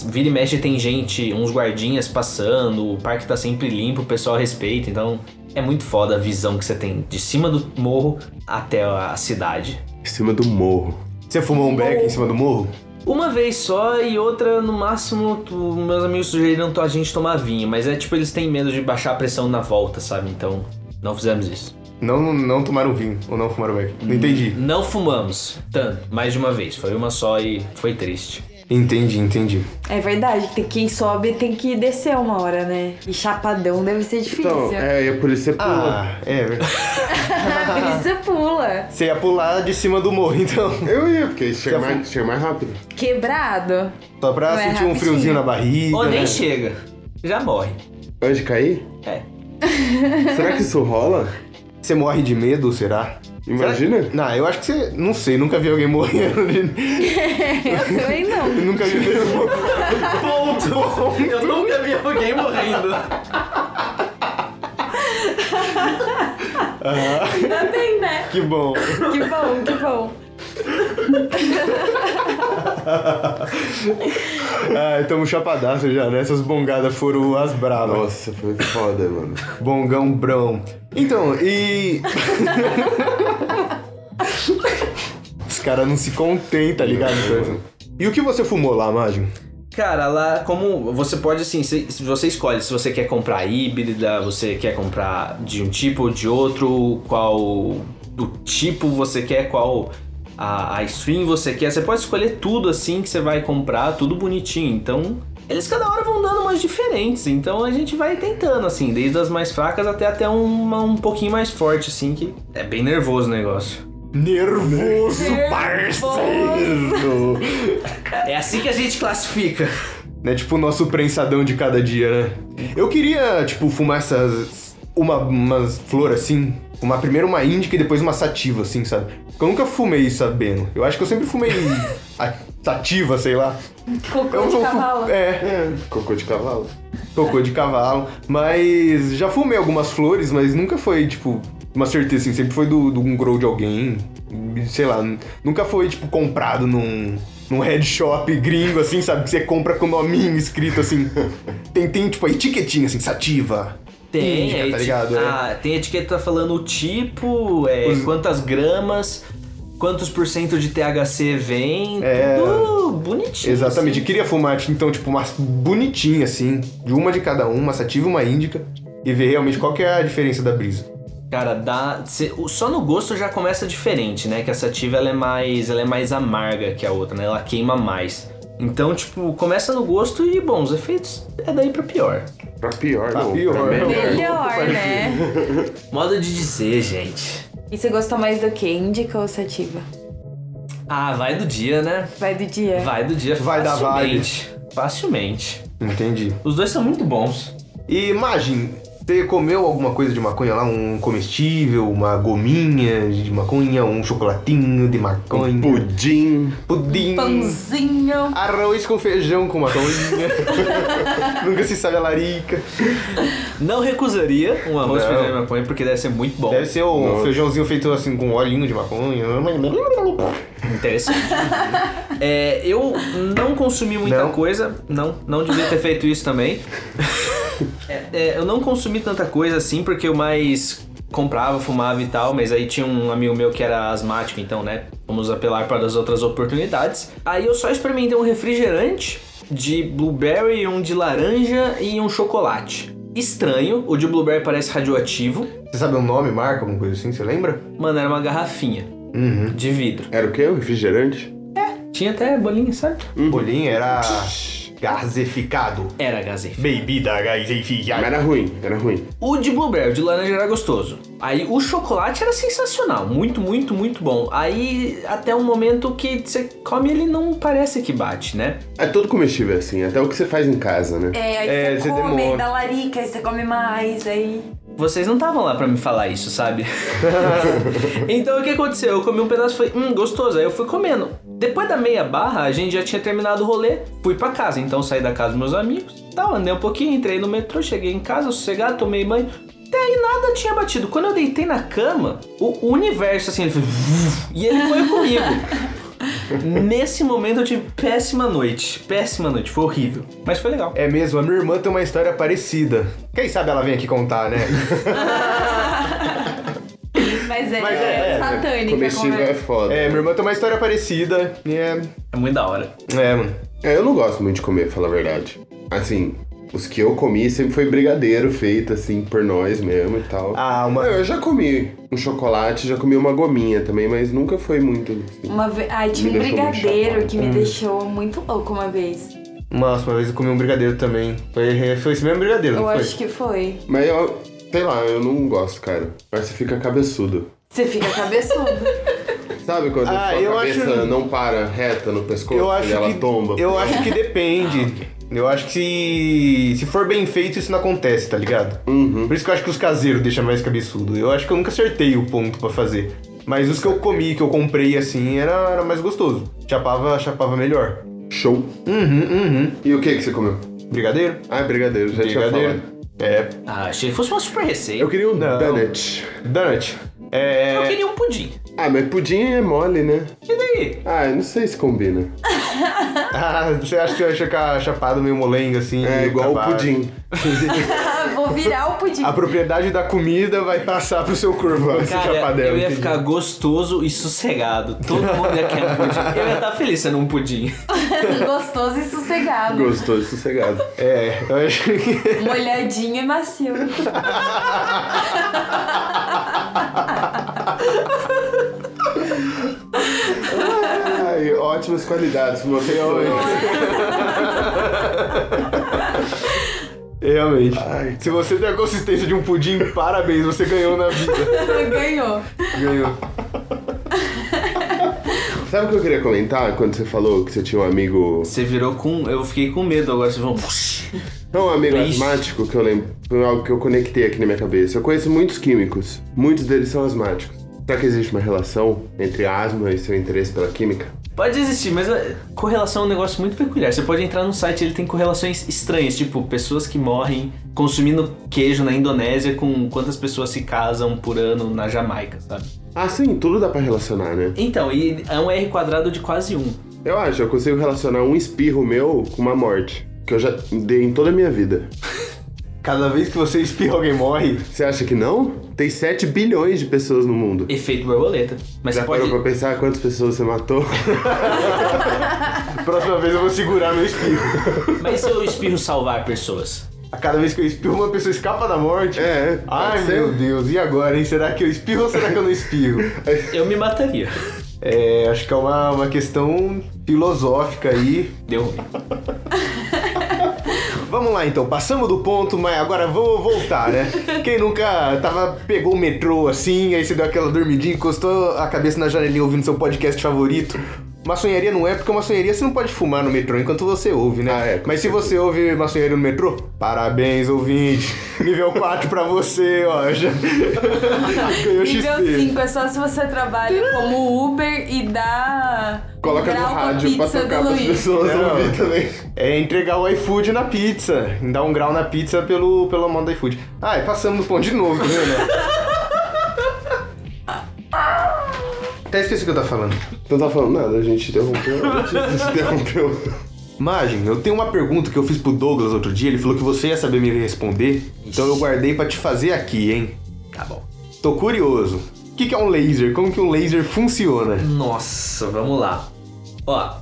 [SPEAKER 5] vira e mexe tem gente, uns guardinhas passando, o parque tá sempre limpo, o pessoal respeita, então é muito foda a visão que você tem de cima do morro até a cidade.
[SPEAKER 2] Em cima do morro.
[SPEAKER 1] Você fumou um beck em cima do morro?
[SPEAKER 5] Uma vez só e outra, no máximo, tu- meus amigos sugeriram a gente tomar vinho, mas é tipo, eles têm medo de baixar a pressão na volta, sabe? Então, não fizemos isso.
[SPEAKER 1] Não, não tomaram vinho ou não fumaram beck. Não entendi.
[SPEAKER 5] Não fumamos tanto, mais de uma vez. Foi uma só e foi triste.
[SPEAKER 1] Entendi, entendi.
[SPEAKER 4] É verdade, tem quem sobe tem que descer uma hora, né? E chapadão deve ser difícil.
[SPEAKER 2] Então, é, e a polícia pula.
[SPEAKER 1] Ah, é verdade.
[SPEAKER 4] Por isso você pula.
[SPEAKER 1] Você ia pular de cima do morro, então.
[SPEAKER 2] Eu ia, porque chega
[SPEAKER 1] Já fui.
[SPEAKER 2] mais, chega mais rápido.
[SPEAKER 4] Quebrado.
[SPEAKER 1] Só pra
[SPEAKER 4] Não é
[SPEAKER 1] sentir um
[SPEAKER 4] rapidinho.
[SPEAKER 1] friozinho na barriga.
[SPEAKER 5] Ou nem
[SPEAKER 1] né?
[SPEAKER 5] chega. Já morre.
[SPEAKER 2] Antes de cair?
[SPEAKER 5] É.
[SPEAKER 2] Será que isso rola?
[SPEAKER 1] Você morre de medo, será?
[SPEAKER 2] Imagina.
[SPEAKER 1] Será que- Não, eu acho que você. Não sei, nunca vi alguém morrendo. de-
[SPEAKER 4] Eu também não.
[SPEAKER 1] Eu nunca vi. Ponto!
[SPEAKER 5] Eu nunca vi alguém morrendo.
[SPEAKER 4] Ainda bem, né?
[SPEAKER 1] que bom.
[SPEAKER 4] Que bom, que bom.
[SPEAKER 1] Ah, estamos chapadaço já, né? Essas bongadas foram as bravas.
[SPEAKER 2] Nossa, foi foda, mano.
[SPEAKER 1] Bongão brão. Então, e. Os caras não se contêm, tá ligado? Coisa. E o que você fumou lá, Mágio?
[SPEAKER 5] Cara, lá como você pode assim, se se você escolhe se você quer comprar híbrida, você quer comprar de um tipo ou de outro, qual o tipo você quer, qual a, a stream você quer, você pode escolher tudo assim que você vai comprar, tudo bonitinho. Então, eles cada hora vão dando umas diferentes, então a gente vai tentando assim, desde as mais fracas até até uma um pouquinho mais forte assim, que é bem nervoso o negócio.
[SPEAKER 1] Nervoso,
[SPEAKER 4] Nervoso.
[SPEAKER 1] parceiro!
[SPEAKER 5] É assim que a gente classifica.
[SPEAKER 1] né? Tipo o nosso prensadão de cada dia, né? Eu queria, tipo, fumar essas. Uma, umas flor assim. Fumar primeiro uma índica e depois uma sativa, assim, sabe? Porque eu nunca fumei sabendo. Eu acho que eu sempre fumei a sativa, sei lá.
[SPEAKER 4] Cocô
[SPEAKER 1] eu
[SPEAKER 4] de cavalo.
[SPEAKER 1] É,
[SPEAKER 2] É, cocô de cavalo.
[SPEAKER 1] Cocô de cavalo. Mas já fumei algumas flores, mas nunca foi, tipo, uma certeza assim. Sempre foi do, do um grow de alguém. Sei lá, n- nunca foi, tipo, comprado num, num head shop gringo, assim, sabe? Que você compra com nominho escrito assim. Tem, tem tipo, a etiquetinha, assim, sativa.
[SPEAKER 5] Tem,
[SPEAKER 1] Índica,
[SPEAKER 5] a
[SPEAKER 1] tá
[SPEAKER 5] eti-
[SPEAKER 1] ligado? É.
[SPEAKER 5] ah, tem etiqueta falando o tipo, é,
[SPEAKER 1] Os-
[SPEAKER 5] quantas gramas, quantos por cento de THC vem,
[SPEAKER 1] É.
[SPEAKER 5] tudo bonitinho.
[SPEAKER 1] Exatamente. Eu
[SPEAKER 5] assim.
[SPEAKER 1] queria fumar, então, tipo, uma bonitinha, assim. De uma de cada uma, uma sativa e uma índica. E ver realmente qual que é a diferença da brisa.
[SPEAKER 5] Cara, dá, cê- o- só no gosto já começa diferente, né? Que a sativa ela é mais, ela é mais amarga que a outra, né? Ela queima mais. Então, tipo, começa no gosto e bom, os efeitos é daí pra pior.
[SPEAKER 2] Pra pior,
[SPEAKER 1] Pra
[SPEAKER 2] não.
[SPEAKER 1] pior.
[SPEAKER 2] Pra melhor.
[SPEAKER 4] Melhor, né?
[SPEAKER 5] Modo de dizer, gente.
[SPEAKER 4] E você gostou mais do que? Indica ou sativa?
[SPEAKER 5] Ah, vai do dia, né?
[SPEAKER 4] Vai do dia.
[SPEAKER 5] Vai do dia
[SPEAKER 1] Vai da vibe.
[SPEAKER 5] facilmente. Facilmente.
[SPEAKER 1] Entendi.
[SPEAKER 5] Os dois são muito bons.
[SPEAKER 1] E imagem, você comeu alguma coisa de maconha lá? Um comestível, uma gominha de maconha, um chocolatinho de maconha,
[SPEAKER 2] Um Pudim.
[SPEAKER 1] pudim,
[SPEAKER 4] Um Pãozinho.
[SPEAKER 1] arroz com feijão com maconha. Nunca se sabe a larica.
[SPEAKER 5] Não recusaria um arroz
[SPEAKER 1] Não.
[SPEAKER 5] com feijão e maconha, porque deve ser muito bom.
[SPEAKER 1] Deve ser um
[SPEAKER 2] Nossa.
[SPEAKER 1] feijãozinho feito assim com olhinho de maconha.
[SPEAKER 5] Interessante. É, eu não consumi muita
[SPEAKER 1] Não.
[SPEAKER 5] coisa. Não, não devia ter feito isso também. É, é, eu não consumi tanta coisa assim, porque eu mais comprava, fumava e tal, mas aí tinha um amigo meu que era asmático, então, né? Vamos apelar para as outras oportunidades. Aí eu só experimentei um refrigerante de blueberry, um de laranja e um chocolate. Estranho, o de blueberry parece radioativo.
[SPEAKER 1] Você sabe o nome, marca, alguma coisa assim, você lembra?
[SPEAKER 5] Mano, era uma garrafinha
[SPEAKER 1] Uhum.
[SPEAKER 5] de vidro.
[SPEAKER 2] Era o quê? O refrigerante? Uhum.
[SPEAKER 5] Tinha até bolinha, sabe?
[SPEAKER 1] Bolinha era. gaseificado.
[SPEAKER 5] Era gaseificado.
[SPEAKER 1] Bebida
[SPEAKER 2] Mas
[SPEAKER 1] gaseificada.
[SPEAKER 2] era ruim, era ruim.
[SPEAKER 5] O de blueberry, o de laranja era gostoso. Aí o chocolate era sensacional, muito, muito, muito bom. Aí até um momento que você come ele não parece que bate, né?
[SPEAKER 2] É todo comestível assim, até o que você faz em casa, né?
[SPEAKER 4] É, aí
[SPEAKER 1] É, você
[SPEAKER 4] você come,
[SPEAKER 1] demora.
[SPEAKER 4] dá larica, aí você come mais, aí.
[SPEAKER 5] Vocês não estavam lá pra me falar isso, sabe? então o que aconteceu? Eu comi um pedaço e falei, hum, gostoso. Aí eu fui comendo. Depois da meia barra, a gente já tinha terminado o rolê, fui pra casa. Então saí da casa dos meus amigos, tal, andei um pouquinho, entrei no metrô, cheguei em casa, sossegado, tomei banho. Até aí nada tinha batido. Quando eu deitei na cama, o universo assim, ele foi. E ele foi comigo. Nesse momento eu tive péssima noite. Péssima noite, foi horrível. Mas foi legal.
[SPEAKER 1] É mesmo, a minha irmã tem uma história parecida. Quem sabe ela vem aqui contar, né?
[SPEAKER 4] Mas é,
[SPEAKER 1] Mas é, é,
[SPEAKER 4] satânica. né?
[SPEAKER 2] comestível
[SPEAKER 4] como
[SPEAKER 2] é foda.
[SPEAKER 1] É, minha irmã tem uma história parecida. E é.
[SPEAKER 5] É muito da hora.
[SPEAKER 1] É, mano.
[SPEAKER 2] É, eu não gosto muito de comer, falar a verdade. Assim, os que eu comi sempre foi brigadeiro feito, assim, por nós mesmo e tal.
[SPEAKER 1] Ah, uma.
[SPEAKER 2] Não, eu já comi um chocolate, já comi uma gominha também, mas nunca foi muito. assim.
[SPEAKER 4] Uma ve... Ai, tinha um
[SPEAKER 2] Me deixou muito
[SPEAKER 4] brigadeiro
[SPEAKER 2] chocado.
[SPEAKER 1] Hum.
[SPEAKER 4] que me deixou muito louco uma vez.
[SPEAKER 1] Nossa, uma vez eu comi um brigadeiro também. Foi, é, foi esse mesmo brigadeiro,
[SPEAKER 4] Eu
[SPEAKER 1] não foi?
[SPEAKER 4] acho que foi.
[SPEAKER 2] Mas eu, sei lá, eu não gosto, cara. Mas você fica cabeçudo.
[SPEAKER 4] Você fica cabeçudo.
[SPEAKER 2] Sabe quando
[SPEAKER 1] Ah,
[SPEAKER 2] a sua
[SPEAKER 1] eu
[SPEAKER 2] cabeça
[SPEAKER 1] acho-
[SPEAKER 2] não para reta no pescoço
[SPEAKER 1] Eu acho
[SPEAKER 2] e ela
[SPEAKER 1] que.
[SPEAKER 2] tomba? Ah,
[SPEAKER 1] Eu acho que depende. Eu acho que se, se for bem feito, isso não acontece, tá ligado?
[SPEAKER 2] Uhum.
[SPEAKER 1] Por isso que eu acho que os caseiros deixam mais cabeçudo. Eu acho que eu nunca acertei o ponto pra fazer. Mas os que eu comi, que eu comprei assim, era, era mais gostoso. Chapava, chapava melhor.
[SPEAKER 2] Show.
[SPEAKER 1] Uhum, uhum.
[SPEAKER 2] E o que que você comeu?
[SPEAKER 1] Brigadeiro?
[SPEAKER 2] Ah, brigadeiro, já tinha
[SPEAKER 1] Brigadeiro.
[SPEAKER 2] falado.
[SPEAKER 1] É.
[SPEAKER 5] Ah, achei que fosse uma super receita.
[SPEAKER 2] Eu queria um
[SPEAKER 1] Não.
[SPEAKER 2] donut.
[SPEAKER 1] Donut. É.
[SPEAKER 5] Eu queria um pudim.
[SPEAKER 2] Ah, mas pudim é mole, né?
[SPEAKER 5] E daí?
[SPEAKER 2] Ah, eu não sei se combina.
[SPEAKER 1] Ah, você acha que eu ia ficar chapado meio molengo assim?
[SPEAKER 2] É igual o
[SPEAKER 1] acabar-
[SPEAKER 2] pudim.
[SPEAKER 4] Ah, Vou virar o pudim.
[SPEAKER 1] A propriedade da comida vai passar pro seu corpo, vai ser
[SPEAKER 5] Cara,
[SPEAKER 1] chapadelo.
[SPEAKER 5] eu ia
[SPEAKER 1] entendi.
[SPEAKER 5] ficar gostoso e sossegado. Todo mundo ia querer um pudim. Eu ia estar feliz sendo um pudim.
[SPEAKER 4] Gostoso e sossegado.
[SPEAKER 2] Gostoso, sossegado.
[SPEAKER 1] É, eu acho que.
[SPEAKER 4] Molhadinho e macio.
[SPEAKER 2] Ai, ótimas qualidades. Uma pessoa.
[SPEAKER 1] Realmente.
[SPEAKER 2] Ai,
[SPEAKER 1] Se você tem a consistência de um pudim, parabéns, você ganhou na vida.
[SPEAKER 4] Ganhou.
[SPEAKER 1] Ganhou.
[SPEAKER 2] Sabe o que eu queria comentar quando você falou que você tinha um amigo.
[SPEAKER 5] Você virou com. Eu fiquei com medo agora. Vocês vão.
[SPEAKER 2] Não, um amigo
[SPEAKER 5] Ixi.
[SPEAKER 2] asmático que eu lembro. Foi algo que eu conectei aqui na minha cabeça. Eu conheço muitos químicos. Muitos deles são asmáticos. Será que existe uma relação entre asma e seu interesse pela química?
[SPEAKER 5] Pode existir, mas eh, correlação é um negócio muito peculiar. Você pode entrar num site ele tem correlações estranhas, tipo pessoas que morrem consumindo queijo na Indonésia com quantas pessoas se casam por ano na Jamaica, sabe?
[SPEAKER 2] Ah, sim, tudo dá pra relacionar, né?
[SPEAKER 5] Então, e é um R quadrado de quase um.
[SPEAKER 2] Eu acho, eu consigo relacionar um espirro meu com uma morte. Que eu já dei em toda a minha vida.
[SPEAKER 1] Cada vez que você espirra, alguém morre.
[SPEAKER 2] Você acha que não? Tem 7 bilhões de pessoas no mundo.
[SPEAKER 5] Efeito borboleta. Mas
[SPEAKER 2] Já
[SPEAKER 5] você pode.
[SPEAKER 2] parou pra pensar quantas pessoas você matou?
[SPEAKER 1] Próxima vez eu vou segurar meu espirro.
[SPEAKER 5] Mas e se eu espirro salvar pessoas?
[SPEAKER 1] A cada vez que eu espirro, uma pessoa escapa da morte.
[SPEAKER 2] É,
[SPEAKER 1] Ai,
[SPEAKER 2] pode ser.
[SPEAKER 1] meu Deus, e agora, hein? Será que eu espirro ou será que eu não espirro?
[SPEAKER 5] Eu me mataria.
[SPEAKER 1] É, acho que é uma, uma questão filosófica aí.
[SPEAKER 5] Deu ruim.
[SPEAKER 1] Vamos lá então, passamos do ponto, mas agora vamos voltar, né? Quem nunca tava, pegou o metrô assim, aí você deu aquela dormidinha, encostou a cabeça na janelinha ouvindo seu podcast favorito. Maçonharia não é, porque maçonharia você não pode fumar no metrô enquanto você ouve, né?
[SPEAKER 2] Ah, é, com
[SPEAKER 1] Mas se você ouve maçonharia no metrô, parabéns, ouvinte. Nível 4 pra você, ó. Já... Ganhou
[SPEAKER 4] Nível
[SPEAKER 1] XP.
[SPEAKER 4] 5 é só se você trabalha como Uber e dá.
[SPEAKER 2] Coloca no
[SPEAKER 4] grau com a
[SPEAKER 2] rádio pra
[SPEAKER 4] pizza
[SPEAKER 2] tocar
[SPEAKER 4] do
[SPEAKER 2] pras
[SPEAKER 4] Luiz.
[SPEAKER 2] pessoas
[SPEAKER 1] Não.
[SPEAKER 2] ouvir também.
[SPEAKER 1] É entregar o iFood na pizza. Dar um grau na pizza pelo, pelo amor do iFood. Ah, e passamos do ponto de novo, tá vendo? Até esqueci o que eu tava falando.
[SPEAKER 2] Não tá falando nada, a gente interrompeu. A gente interrompeu.
[SPEAKER 1] Magem, eu tenho uma pergunta que eu fiz pro Douglas outro dia, ele falou que você ia saber me responder, então eu guardei pra te fazer aqui, hein?
[SPEAKER 5] Tá bom.
[SPEAKER 1] Tô curioso. O que, que é um laser? Como que um laser funciona?
[SPEAKER 5] Nossa, vamos lá. Ó,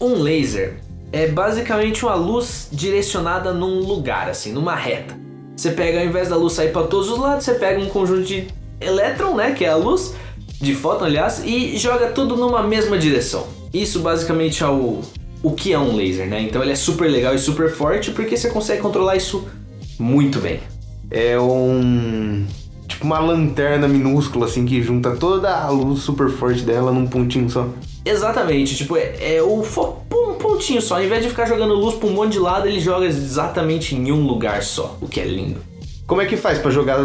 [SPEAKER 5] um laser é basicamente uma luz direcionada num lugar, assim, numa reta. Você pega, ao invés da luz sair para todos os lados, você pega um conjunto de elétron, né, que é a luz, de fóton, aliás, e joga tudo numa mesma direção. Isso basicamente é o o que é um laser, né? Então ele é super legal e super forte porque você consegue controlar isso muito bem.
[SPEAKER 1] É um. Tipo uma lanterna minúscula, assim, que junta toda a luz super forte dela num pontinho só.
[SPEAKER 5] Exatamente, tipo, é, é o fo- pô, um pontinho só. Ao invés de ficar jogando luz pra um monte de lado, ele joga exatamente em um lugar só, o que é lindo.
[SPEAKER 1] Como é que faz pra jogar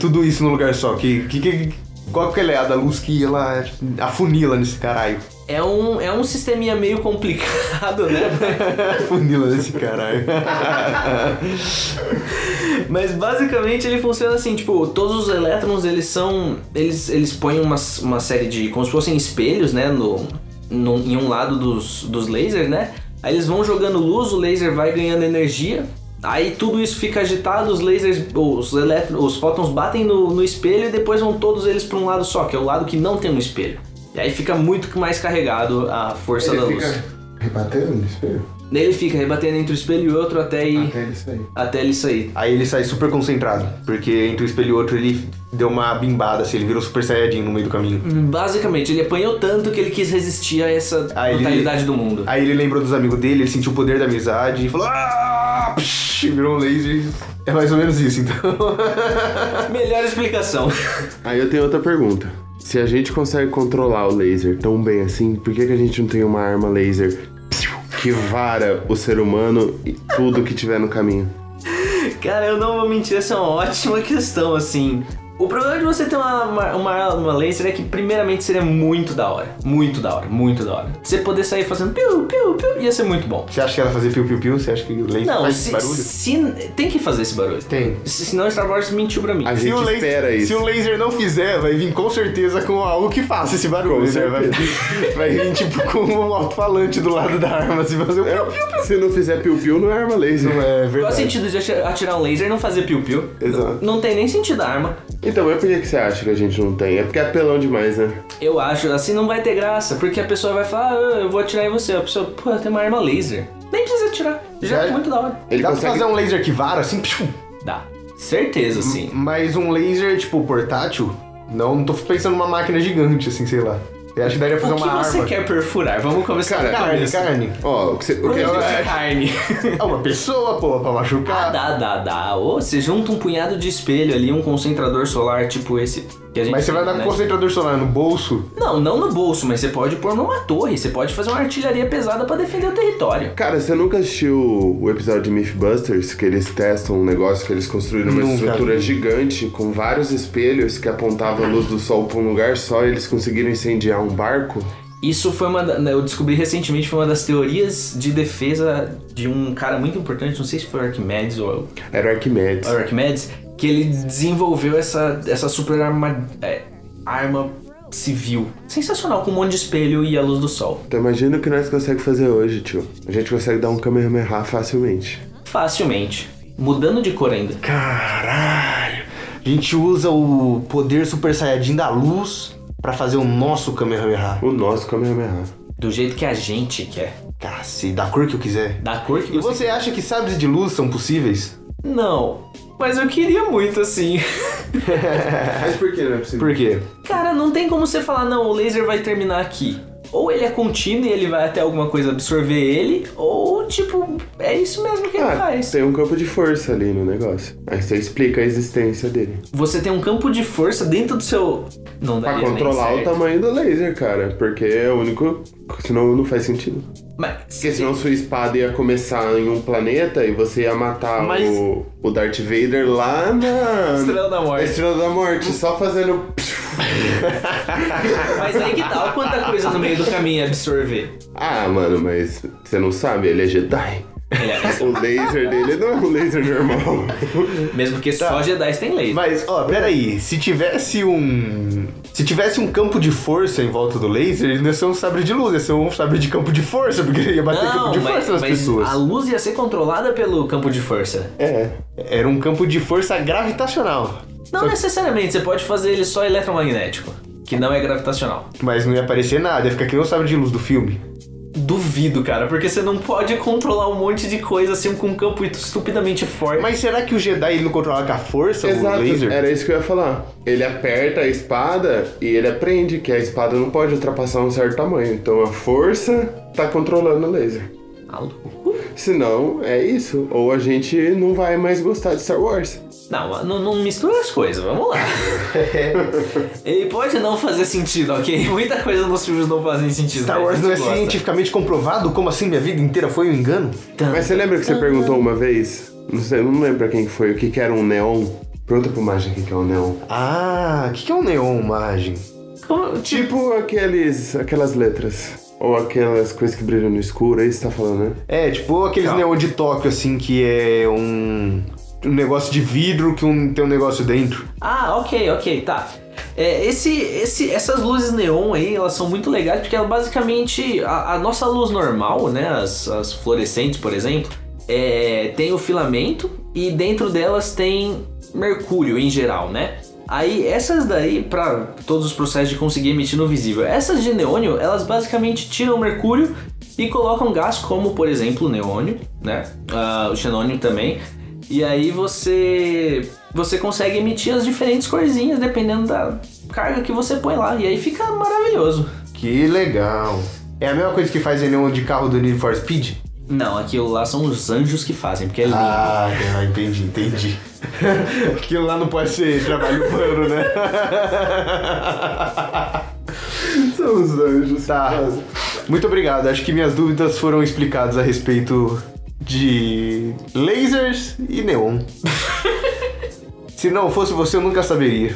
[SPEAKER 1] tudo isso num lugar só? Que, que, que- qual que é a da luz que ela tipo, afunila nesse caralho?
[SPEAKER 5] É um, é um sisteminha meio complicado, né?
[SPEAKER 1] afunila nesse caralho.
[SPEAKER 5] Mas basicamente ele funciona assim, tipo, todos os elétrons eles são. Eles, eles põem uma, uma série de. como se fossem espelhos, né? No, no- em um lado dos, dos lasers, né? Aí eles vão jogando luz, o laser vai ganhando energia. Aí tudo isso fica agitado, os lasers, os elétrons, os fótons batem no, no espelho e depois vão todos eles para um lado só, que é o lado que não tem um espelho. E aí fica muito mais carregado a força da luz.
[SPEAKER 2] Rebatendo no espelho?
[SPEAKER 5] Ele fica rebatendo entre o espelho e outro até, ir-
[SPEAKER 1] É
[SPEAKER 2] Até ele sair.
[SPEAKER 5] até ele sair.
[SPEAKER 1] Aí ele sai super concentrado, porque entre um espelho e outro ele deu uma bimbada, assim, ele virou super saiyajin no meio do caminho.
[SPEAKER 5] Hum. Basicamente, ele apanhou tanto que ele quis resistir a essa
[SPEAKER 1] Ah, ele-
[SPEAKER 5] brutalidade do mundo.
[SPEAKER 1] Aí ele lembrou dos amigos dele, ele sentiu o poder da amizade e falou. "Ah!" Psh, e virou um laser. É mais ou menos isso, então.
[SPEAKER 5] Melhor explicação.
[SPEAKER 2] Aí eu tenho outra pergunta. Se a gente consegue controlar o laser tão bem assim, por que, que a gente não tem uma arma laser que vara o ser humano e tudo que tiver no caminho?
[SPEAKER 5] Cara, eu não vou mentir, essa é uma ótima questão, assim. O problema de você ter uma, uma, uma, uma laser é que, primeiramente, seria muito da hora. Muito da hora, muito da hora. Você poder sair fazendo piu, piu, piu, ia ser muito bom.
[SPEAKER 1] Você acha que ela fazer piu-piu-piu? Você acha que o laser
[SPEAKER 5] Não,
[SPEAKER 1] faz
[SPEAKER 5] se,
[SPEAKER 1] barulho?
[SPEAKER 5] se- Tem que fazer esse barulho.
[SPEAKER 1] Tem.
[SPEAKER 5] Se- Senão Star Wars mentiu pra mim.
[SPEAKER 2] A gente espera isso.
[SPEAKER 1] se o laser não fizer, vai vir com certeza com algo que faça esse barulho,
[SPEAKER 2] Com
[SPEAKER 1] né? Vai, vai vir tipo com um alto-falante do lado da arma, assim, fazer um
[SPEAKER 2] É.
[SPEAKER 1] piu-piu.
[SPEAKER 2] Se não fizer piu-piu, não é arma laser.
[SPEAKER 1] É
[SPEAKER 5] Qual o
[SPEAKER 1] verdade.
[SPEAKER 5] sentido de ati- atirar um laser e não fazer piu-piu?
[SPEAKER 1] Exato.
[SPEAKER 5] Não tem nem sentido a arma.
[SPEAKER 2] Então, mas por que, que você acha que a gente não tem? É porque é apelão demais, né?
[SPEAKER 5] Eu acho, assim não vai ter graça, porque a pessoa vai falar, ah, eu vou atirar em você. A pessoa, pô, tem uma arma laser. Nem precisa atirar. Já,
[SPEAKER 1] Já-
[SPEAKER 5] é muito da hora.
[SPEAKER 2] Ele
[SPEAKER 1] Dá
[SPEAKER 2] consegue-
[SPEAKER 1] pra fazer um laser que vara, assim, psiu,
[SPEAKER 5] Dá. Certeza, sim.
[SPEAKER 1] mas um laser, tipo, portátil? Não, não tô pensando numa máquina gigante, assim, sei lá. Eu acho que daria pra
[SPEAKER 5] O
[SPEAKER 1] fazer
[SPEAKER 5] que
[SPEAKER 1] uma
[SPEAKER 5] você
[SPEAKER 1] arma.
[SPEAKER 5] quer perfurar? Vamos começar
[SPEAKER 2] Cara,
[SPEAKER 5] do
[SPEAKER 1] Carne,
[SPEAKER 5] começo.
[SPEAKER 1] carne.
[SPEAKER 2] Ó, o que você. o que a
[SPEAKER 5] Problema
[SPEAKER 2] gente-
[SPEAKER 5] de carne.
[SPEAKER 1] É uma pessoa, pô, pra
[SPEAKER 5] ah,
[SPEAKER 1] machucar.
[SPEAKER 5] dá, dá, dá. Ou você junta um punhado de espelho ali, um concentrador solar tipo esse que a gente
[SPEAKER 1] Mas você vai
[SPEAKER 5] tem,
[SPEAKER 1] dar
[SPEAKER 5] né?
[SPEAKER 1] com concentrador solar no bolso?
[SPEAKER 5] Não, não no bolso, mas você pode pôr numa torre. Você pode fazer uma artilharia pesada pra defender o território.
[SPEAKER 2] Cara, você nunca assistiu o episódio de Mythbusters, que eles testam um negócio que eles construíram uma
[SPEAKER 1] Nunca
[SPEAKER 2] estrutura
[SPEAKER 1] vi.
[SPEAKER 2] gigante com vários espelhos que apontavam a luz do sol pra um lugar só e eles conseguiram incendiar um barco?
[SPEAKER 5] Isso foi uma. da- né, Eu descobri recentemente, foi uma das teorias de defesa de um cara muito importante, não sei se foi o Arquimedes ou
[SPEAKER 2] Era o Arquimedes.
[SPEAKER 5] o Arquimedes, que ele desenvolveu essa, essa super arma, é, arma civil. Sensacional, com um monte de espelho e a luz do sol.
[SPEAKER 2] Então imagina o que nós conseguimos fazer hoje, tio. A gente consegue dar um Kamehameha facilmente.
[SPEAKER 5] Facilmente. Mudando de cor ainda.
[SPEAKER 1] Caralho! A gente usa o poder Super Saiyajin da luz pra fazer o nosso Kamehameha.
[SPEAKER 2] O nosso Kamehameha.
[SPEAKER 5] Do jeito que a gente quer.
[SPEAKER 1] Cacete, da cor que eu quiser.
[SPEAKER 5] Da cor que
[SPEAKER 1] E
[SPEAKER 5] você.
[SPEAKER 1] você acha que sabres de luz são possíveis?
[SPEAKER 5] Não. Mas eu queria muito assim.
[SPEAKER 2] Mas por que não é possível?
[SPEAKER 1] Por quê?
[SPEAKER 5] Cara, não tem como você falar, não, o laser vai terminar aqui. Ou ele é contínuo e ele vai até alguma coisa absorver ele, ou tipo, é isso mesmo que ele
[SPEAKER 2] Ah,
[SPEAKER 5] faz.
[SPEAKER 2] tem um campo de força ali no negócio. Aí você explica a existência dele.
[SPEAKER 5] Você tem um campo de força dentro do seu. Não dá
[SPEAKER 2] Pra controlar o tamanho do laser, cara. Porque é o único. Senão não faz sentido.
[SPEAKER 5] Mas.
[SPEAKER 2] Porque senão sua espada ia começar em um planeta e você ia matar
[SPEAKER 5] Mas-
[SPEAKER 2] o, o Darth Vader lá na.
[SPEAKER 5] Estrela da
[SPEAKER 2] na
[SPEAKER 5] Morte.
[SPEAKER 2] Estrela da Morte, só fazendo.
[SPEAKER 5] Mas aí que tá, tal quanta coisa no meio do caminho é absorver?
[SPEAKER 2] Ah, mano, mas você não sabe, ele é Jedi.
[SPEAKER 5] Ele é-
[SPEAKER 2] O laser dele não é um laser normal.
[SPEAKER 5] Mesmo que só Jedi tem laser.
[SPEAKER 1] Mas, ó, peraí, se tivesse um. Se tivesse um campo de força em volta do laser, ele não ia ser um sabre de luz, ia ser um sabre de campo de força, porque ele ia bater campo
[SPEAKER 5] Não,
[SPEAKER 1] de
[SPEAKER 5] mas,
[SPEAKER 1] força nas
[SPEAKER 5] mas
[SPEAKER 1] pessoas.
[SPEAKER 5] a luz ia ser controlada pelo campo de força.
[SPEAKER 2] É.
[SPEAKER 1] Era um campo de força gravitacional.
[SPEAKER 5] Não necessariamente, você pode fazer ele só eletromagnético, que não é gravitacional.
[SPEAKER 1] Mas não ia aparecer nada, ia ficar que nem um sabre de luz do filme.
[SPEAKER 5] Duvido, cara, porque você não pode controlar um monte de coisa assim com um campo estupidamente forte.
[SPEAKER 1] Mas será que o Jedi ele não controlava com a força
[SPEAKER 2] Exato,
[SPEAKER 1] o laser?
[SPEAKER 2] era isso que eu ia falar. Ele aperta a espada e ele aprende que a espada não pode ultrapassar um certo tamanho. Então a força tá controlando o laser.
[SPEAKER 5] Maluco.
[SPEAKER 2] Senão, é isso. Ou a gente não vai mais gostar de Star Wars.
[SPEAKER 5] Não, não, não mistura as coisas, vamos lá. Ele pode não fazer sentido, ok? Muita coisa nos filmes não fazem sentido.
[SPEAKER 1] Star
[SPEAKER 5] mas a
[SPEAKER 1] Wars
[SPEAKER 5] gente
[SPEAKER 1] não é
[SPEAKER 5] gosta.
[SPEAKER 1] cientificamente comprovado? Como assim minha vida inteira foi um engano?
[SPEAKER 2] Mas você lembra que você perguntou uma vez? Não sei, eu não lembro pra quem que foi, o que, que era um neon? Pergunta pro Magem o que, que é um neon.
[SPEAKER 1] Ah, o que, que é um neon, Magem?
[SPEAKER 5] Como- tipo,
[SPEAKER 2] Tipo aqueles, aquelas letras. Ou aquelas coisas que brilham no escuro, aí você tá falando, né?
[SPEAKER 1] É, tipo aqueles
[SPEAKER 5] Não.
[SPEAKER 1] neon de Tóquio, assim, que é um, um negócio de vidro que um, tem um negócio dentro.
[SPEAKER 5] Ah, ok, ok, tá. É, esse, esse, essas luzes neon aí, elas são muito legais porque ela basicamente a, a nossa luz normal, né, as, as fluorescentes, por exemplo, é, tem o filamento e dentro delas tem mercúrio em geral, né? Aí essas daí pra todos os processos de conseguir emitir no visível, essas de neônio, elas basicamente tiram o mercúrio e colocam gás como, por exemplo, o neônio, né? Ah, o xenônio também. E aí você você consegue emitir as diferentes corzinhas dependendo da carga que você põe lá. E aí fica maravilhoso.
[SPEAKER 1] Que legal. É a mesma coisa que faz em neon de carro do Need for Speed?
[SPEAKER 5] Não, aquilo lá são os anjos que fazem, porque é lindo.
[SPEAKER 1] Ah, não, entendi, entendi. Aquilo lá não pode ser trabalho humano, né?
[SPEAKER 2] São os anjos.
[SPEAKER 1] Tá. Muito obrigado. Acho que minhas dúvidas foram explicadas a respeito de lasers e neon. Se não fosse você, eu nunca saberia.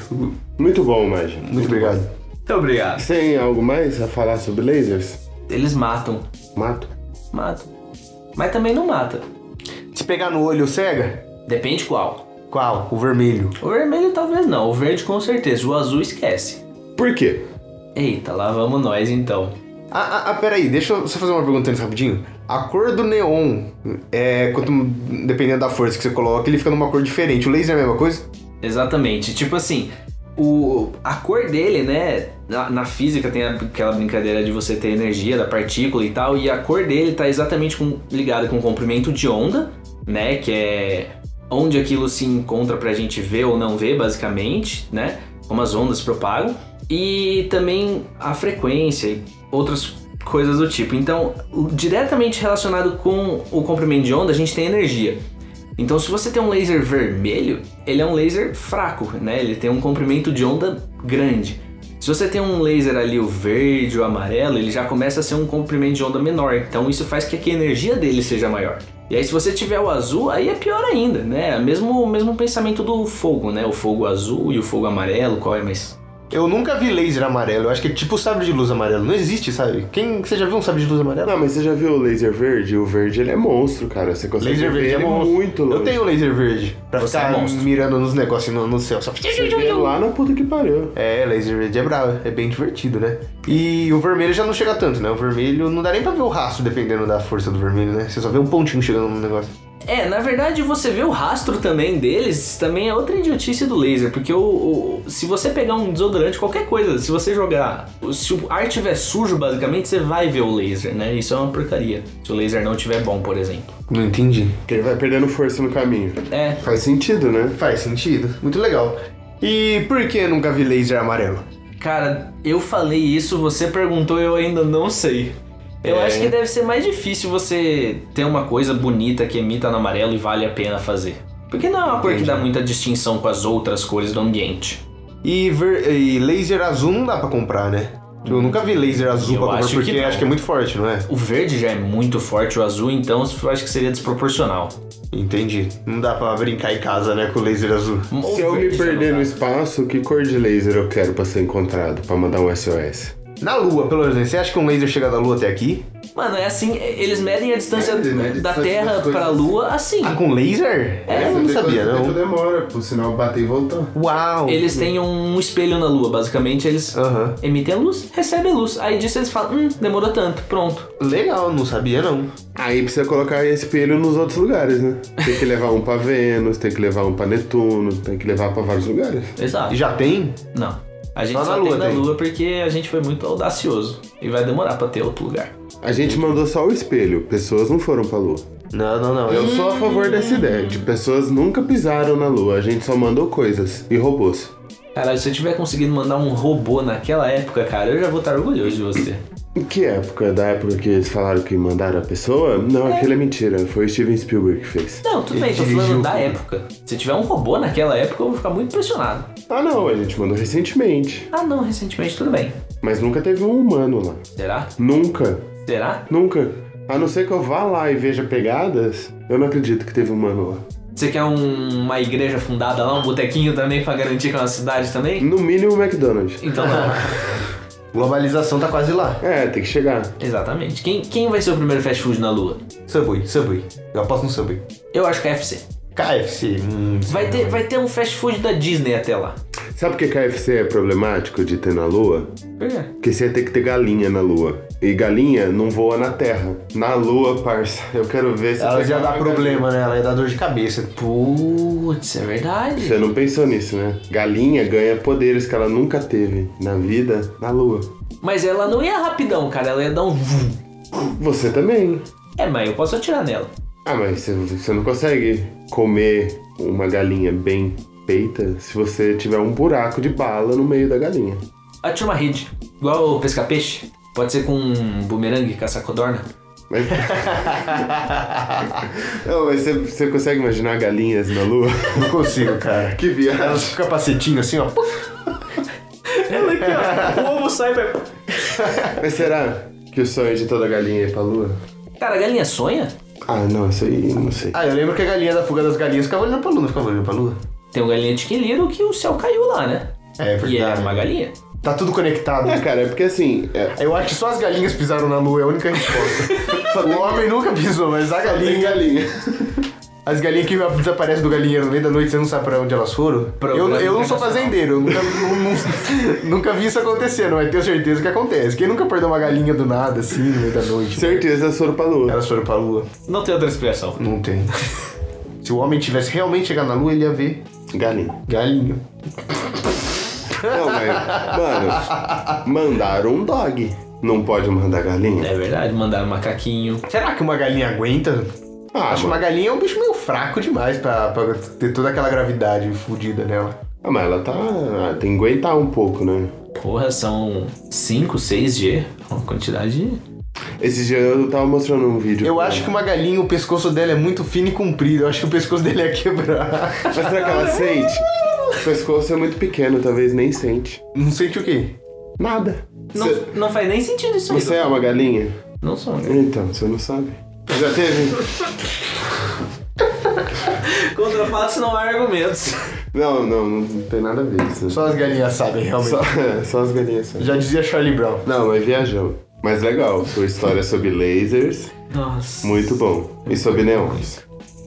[SPEAKER 2] Muito bom, Magem.
[SPEAKER 1] Muito obrigado.
[SPEAKER 5] Muito obrigado.
[SPEAKER 2] Você tem algo mais a falar sobre lasers?
[SPEAKER 5] Eles matam.
[SPEAKER 2] Mato.
[SPEAKER 5] Matam. Mas também não mata.
[SPEAKER 1] Se pegar no olho cega?
[SPEAKER 5] Depende qual.
[SPEAKER 1] Qual? O vermelho.
[SPEAKER 5] O vermelho talvez não, o verde com certeza, o azul esquece.
[SPEAKER 2] Por quê?
[SPEAKER 5] Eita, lá vamos nós então.
[SPEAKER 1] Ah, ah, ah, peraí, deixa eu só fazer uma pergunta antes rapidinho. A cor do neon, é, quanto, dependendo da força que você coloca, ele fica numa cor diferente. O laser é a mesma coisa?
[SPEAKER 5] Exatamente. Tipo assim, o, a cor dele, né? Na, na física tem aquela brincadeira de você ter energia da partícula e tal, e a cor dele tá exatamente com- ligada com o comprimento de onda, né? Que é onde aquilo se encontra pra gente ver ou não ver, basicamente, né? Como as ondas se propagam. E também a frequência e outras coisas do tipo. Então, o- diretamente relacionado com o comprimento de onda, a gente tem energia. Então, se você tem um laser vermelho, ele é um laser fraco, né? Ele tem um comprimento de onda grande. Se você tem um laser ali, o verde, o amarelo, ele já começa a ser um comprimento de onda menor. Então, isso faz que a energia dele seja maior. E aí, se você tiver o azul, aí é pior ainda, né? Mesmo o mesmo pensamento do fogo, né? O fogo azul e o fogo amarelo, qual é mais.
[SPEAKER 1] Eu nunca vi laser amarelo. Eu acho que é tipo sabre de luz amarelo. Não existe, sabe? Quem, você já viu um sabre de luz amarelo?
[SPEAKER 2] Não, mas você já viu o laser verde? O verde ele é monstro, cara. Você consegue
[SPEAKER 1] Laser
[SPEAKER 2] ver
[SPEAKER 1] verde é
[SPEAKER 2] ele
[SPEAKER 1] monstro.
[SPEAKER 2] muito longe.
[SPEAKER 1] Eu tenho laser verde. Pra
[SPEAKER 5] Você
[SPEAKER 1] ficar
[SPEAKER 5] é monstro.
[SPEAKER 1] mirando nos negócios no, no céu. Só...
[SPEAKER 2] Você vê lá na puta que pariu.
[SPEAKER 1] É, laser verde é bravo. É bem divertido, né? E o vermelho já não chega tanto, né? O vermelho não dá nem pra ver o rastro, dependendo da força do vermelho, né? Você só vê um pontinho chegando no negócio.
[SPEAKER 5] É, na verdade, você vê o rastro também deles, também é outra idiotice do laser, porque o, o- se você pegar um desodorante, qualquer coisa, se você jogar, se o ar tiver sujo, basicamente, você vai ver o laser, né? Isso é uma porcaria. Se o laser não tiver bom, por exemplo.
[SPEAKER 1] Não entendi.
[SPEAKER 2] Porque ele vai perdendo força no caminho.
[SPEAKER 5] É,
[SPEAKER 2] Faz sentido, né?
[SPEAKER 1] Faz sentido. Muito legal. E por que eu nunca vi laser amarelo?
[SPEAKER 5] cara, eu falei isso, você perguntou, eu ainda não sei. Eu
[SPEAKER 1] É.
[SPEAKER 5] acho que deve ser mais difícil você ter uma coisa bonita que emita no amarelo e vale a pena fazer. Porque não é uma cor que
[SPEAKER 1] Entendi.
[SPEAKER 5] dá muita distinção com as outras cores do ambiente.
[SPEAKER 1] E, ver- e laser azul não dá pra comprar, né? Eu nunca vi laser azul
[SPEAKER 5] Eu
[SPEAKER 1] pra comprar,
[SPEAKER 5] acho que
[SPEAKER 1] porque
[SPEAKER 5] não.
[SPEAKER 1] acho que é muito forte, não é?
[SPEAKER 5] O verde já é muito forte, o azul, então eu acho que seria desproporcional.
[SPEAKER 1] Entendi. Não dá pra brincar em casa, né, com laser azul.
[SPEAKER 5] O
[SPEAKER 2] Se eu me
[SPEAKER 5] verde já
[SPEAKER 2] perder
[SPEAKER 5] não
[SPEAKER 2] no
[SPEAKER 5] dá.
[SPEAKER 2] espaço, que cor de laser eu quero pra ser encontrado, pra mandar um SOS?
[SPEAKER 1] Na lua, pelo menos, você acha que um laser chega da lua até aqui?
[SPEAKER 5] Mano, é assim, eles medem a distância
[SPEAKER 2] É, eles medem a
[SPEAKER 5] da
[SPEAKER 2] distância
[SPEAKER 5] Terra
[SPEAKER 2] das coisas.
[SPEAKER 5] pra Lua assim.
[SPEAKER 1] Ah, com laser? É, eu não sabia, não.
[SPEAKER 2] demora pro sinal bater e voltar.
[SPEAKER 1] Uau!
[SPEAKER 5] Eles têm um espelho na Lua, basicamente, eles
[SPEAKER 2] Ah.
[SPEAKER 1] Aham.
[SPEAKER 5] emitem a luz, recebem a luz. Aí disso eles falam, hum, demorou tanto, pronto.
[SPEAKER 1] Legal, não sabia, não.
[SPEAKER 2] Aí precisa colocar espelho nos outros lugares, né? Tem que levar um pra Vênus, tem que levar um pra Netuno, tem que levar pra vários lugares.
[SPEAKER 5] Exato.
[SPEAKER 1] E já tem?
[SPEAKER 5] Não. A gente
[SPEAKER 1] Só
[SPEAKER 5] só,
[SPEAKER 1] na Lua
[SPEAKER 5] tem na
[SPEAKER 1] tem.
[SPEAKER 5] Lua porque a gente foi muito audacioso. E vai demorar pra ter outro lugar.
[SPEAKER 2] A gente mandou só o espelho, pessoas não foram pra lua.
[SPEAKER 1] Não, não, não.
[SPEAKER 5] Hum.
[SPEAKER 2] Eu sou a favor dessa ideia de pessoas nunca pisaram na lua, a gente só mandou coisas e robôs.
[SPEAKER 5] Caralho, se eu tiver conseguido mandar um robô naquela época, cara, eu já vou estar orgulhoso de você.
[SPEAKER 2] Em que época? Da época que eles falaram que mandaram a pessoa? Não, aquilo é mentira. Foi o Steven Spielberg que fez.
[SPEAKER 5] Não, tudo bem, tô falando da época. Se tiver um robô naquela época, eu vou ficar muito impressionado.
[SPEAKER 2] Ah, não, a gente mandou recentemente.
[SPEAKER 5] Ah, não, recentemente tudo bem.
[SPEAKER 2] Mas nunca teve um humano lá.
[SPEAKER 5] Será?
[SPEAKER 2] Nunca.
[SPEAKER 5] Será?
[SPEAKER 2] Nunca. A não ser que eu vá lá e veja pegadas, eu não acredito que teve humano lá.
[SPEAKER 5] Você quer um- uma igreja fundada lá, um botequinho também pra garantir que é uma cidade também?
[SPEAKER 2] No mínimo o McDonald's.
[SPEAKER 5] Então não.
[SPEAKER 6] Globalização tá quase lá.
[SPEAKER 2] É, tem que chegar.
[SPEAKER 5] Exatamente. Quem, quem vai ser o primeiro fast food na Lua?
[SPEAKER 6] Subway, Subway. Eu aposto no Subway.
[SPEAKER 5] Eu acho que é FC.
[SPEAKER 6] KFC. Hum,
[SPEAKER 5] Vai ter, vai ter um fast food da Disney até lá.
[SPEAKER 2] Sabe por que KFC é problemático de ter na Lua?
[SPEAKER 5] Por quê?
[SPEAKER 2] Porque você ia ter que ter galinha na Lua. E galinha não voa na Terra. Na Lua, parça. Eu quero ver se
[SPEAKER 6] ela
[SPEAKER 2] pegar
[SPEAKER 5] é
[SPEAKER 6] já dá
[SPEAKER 2] uma
[SPEAKER 6] problema, né? Ela ia dar dor de cabeça.
[SPEAKER 5] Putz, é verdade.
[SPEAKER 2] Você não pensou nisso, né? Galinha ganha poderes que ela nunca teve na vida na lua.
[SPEAKER 5] Mas ela não ia rapidão, cara. Ela ia dar um. vum.
[SPEAKER 2] Você também.
[SPEAKER 5] É, mas eu posso atirar nela.
[SPEAKER 2] Ah, mas você- você não consegue comer uma galinha bem feita se você tiver um buraco de bala no meio da galinha.
[SPEAKER 5] Atira uma rede. Igual o pesca-peixe. Pode ser com um bumerangue, caça-codorna.
[SPEAKER 2] Mas. não, mas você, você consegue imaginar galinhas na lua?
[SPEAKER 6] Não consigo, cara.
[SPEAKER 2] que
[SPEAKER 6] Ela
[SPEAKER 2] viagem.
[SPEAKER 6] com o capacetinho assim, ó.
[SPEAKER 5] Ela aqui, ó. O ovo sai vai.
[SPEAKER 2] Mas será que o sonho de toda galinha é ir pra lua?
[SPEAKER 5] Cara, a galinha sonha?
[SPEAKER 2] Ah, não, isso aí não sei.
[SPEAKER 6] Ah, eu lembro que a galinha da fuga das galinhas ficava olhando pra lua, não ficava olhando pra lua.
[SPEAKER 5] Tem um galinha de quiliro que o céu caiu lá, né?
[SPEAKER 6] É
[SPEAKER 5] E é
[SPEAKER 6] verdade.
[SPEAKER 5] uma galinha.
[SPEAKER 6] Tá tudo conectado.
[SPEAKER 2] É, cara, é porque assim. é-
[SPEAKER 6] Eu acho que só as galinhas pisaram na lua, é a única resposta. o homem nunca pisou, mas a
[SPEAKER 2] Tem
[SPEAKER 6] galinha.
[SPEAKER 2] galinha.
[SPEAKER 6] As galinhas que desaparecem do galinheiro no meio da noite, você não sabe pra onde elas foram. Eu,
[SPEAKER 5] Programa
[SPEAKER 6] eu não sou
[SPEAKER 5] internacional.
[SPEAKER 6] fazendeiro, eu nunca, nu- nu- nunca vi isso acontecendo, mas tenho certeza que acontece. Quem nunca perdeu uma galinha do nada, assim, no meio da noite?
[SPEAKER 2] Certeza elas foram pra lua.
[SPEAKER 6] Elas foram pra lua?
[SPEAKER 5] Não tem outra explicação.
[SPEAKER 6] Não tem. Se o homem tivesse realmente chegado na lua, ele ia ver
[SPEAKER 2] é Galinha.
[SPEAKER 6] galinha.
[SPEAKER 2] Não, mas, mano, mandaram um dog. Não pode mandar galinha?
[SPEAKER 5] É verdade, mandaram um macaquinho.
[SPEAKER 6] Será que uma galinha aguenta?
[SPEAKER 2] Ah,
[SPEAKER 6] Acho que uma
[SPEAKER 2] mano.
[SPEAKER 6] galinha é um bicho meio fraco demais pra, pra ter toda aquela gravidade fodida nela.
[SPEAKER 2] Ah, mas ela tá. Tem que aguentar um pouco, né?
[SPEAKER 5] Porra, são 5, 6G. Uma quantidade.
[SPEAKER 2] Esse dia eu tava mostrando um vídeo.
[SPEAKER 6] Eu acho que uma galinha, o pescoço dela é muito fino e comprido. Eu acho que o pescoço dele ia quebrar.
[SPEAKER 2] Mas será que ela sente? O pescoço é muito pequeno, talvez nem sente.
[SPEAKER 6] Não sente o quê?
[SPEAKER 2] Nada.
[SPEAKER 5] Não,
[SPEAKER 2] Você-
[SPEAKER 5] não faz nem sentido isso aí.
[SPEAKER 2] Você é uma galinha?
[SPEAKER 5] Não né? sou.
[SPEAKER 2] Então, você não sabe. Já teve?
[SPEAKER 5] Contra fatos não é há argumentos.
[SPEAKER 2] Não, não, não tem nada a ver isso.
[SPEAKER 6] Só as galinhas sabem, realmente.
[SPEAKER 2] Só- só as galinhas. só.
[SPEAKER 6] Já dizia Charlie Brown.
[SPEAKER 2] Não, mas viajamos. Mas legal, sua história sobre lasers,
[SPEAKER 5] Nossa.
[SPEAKER 2] muito bom. E sobre neons.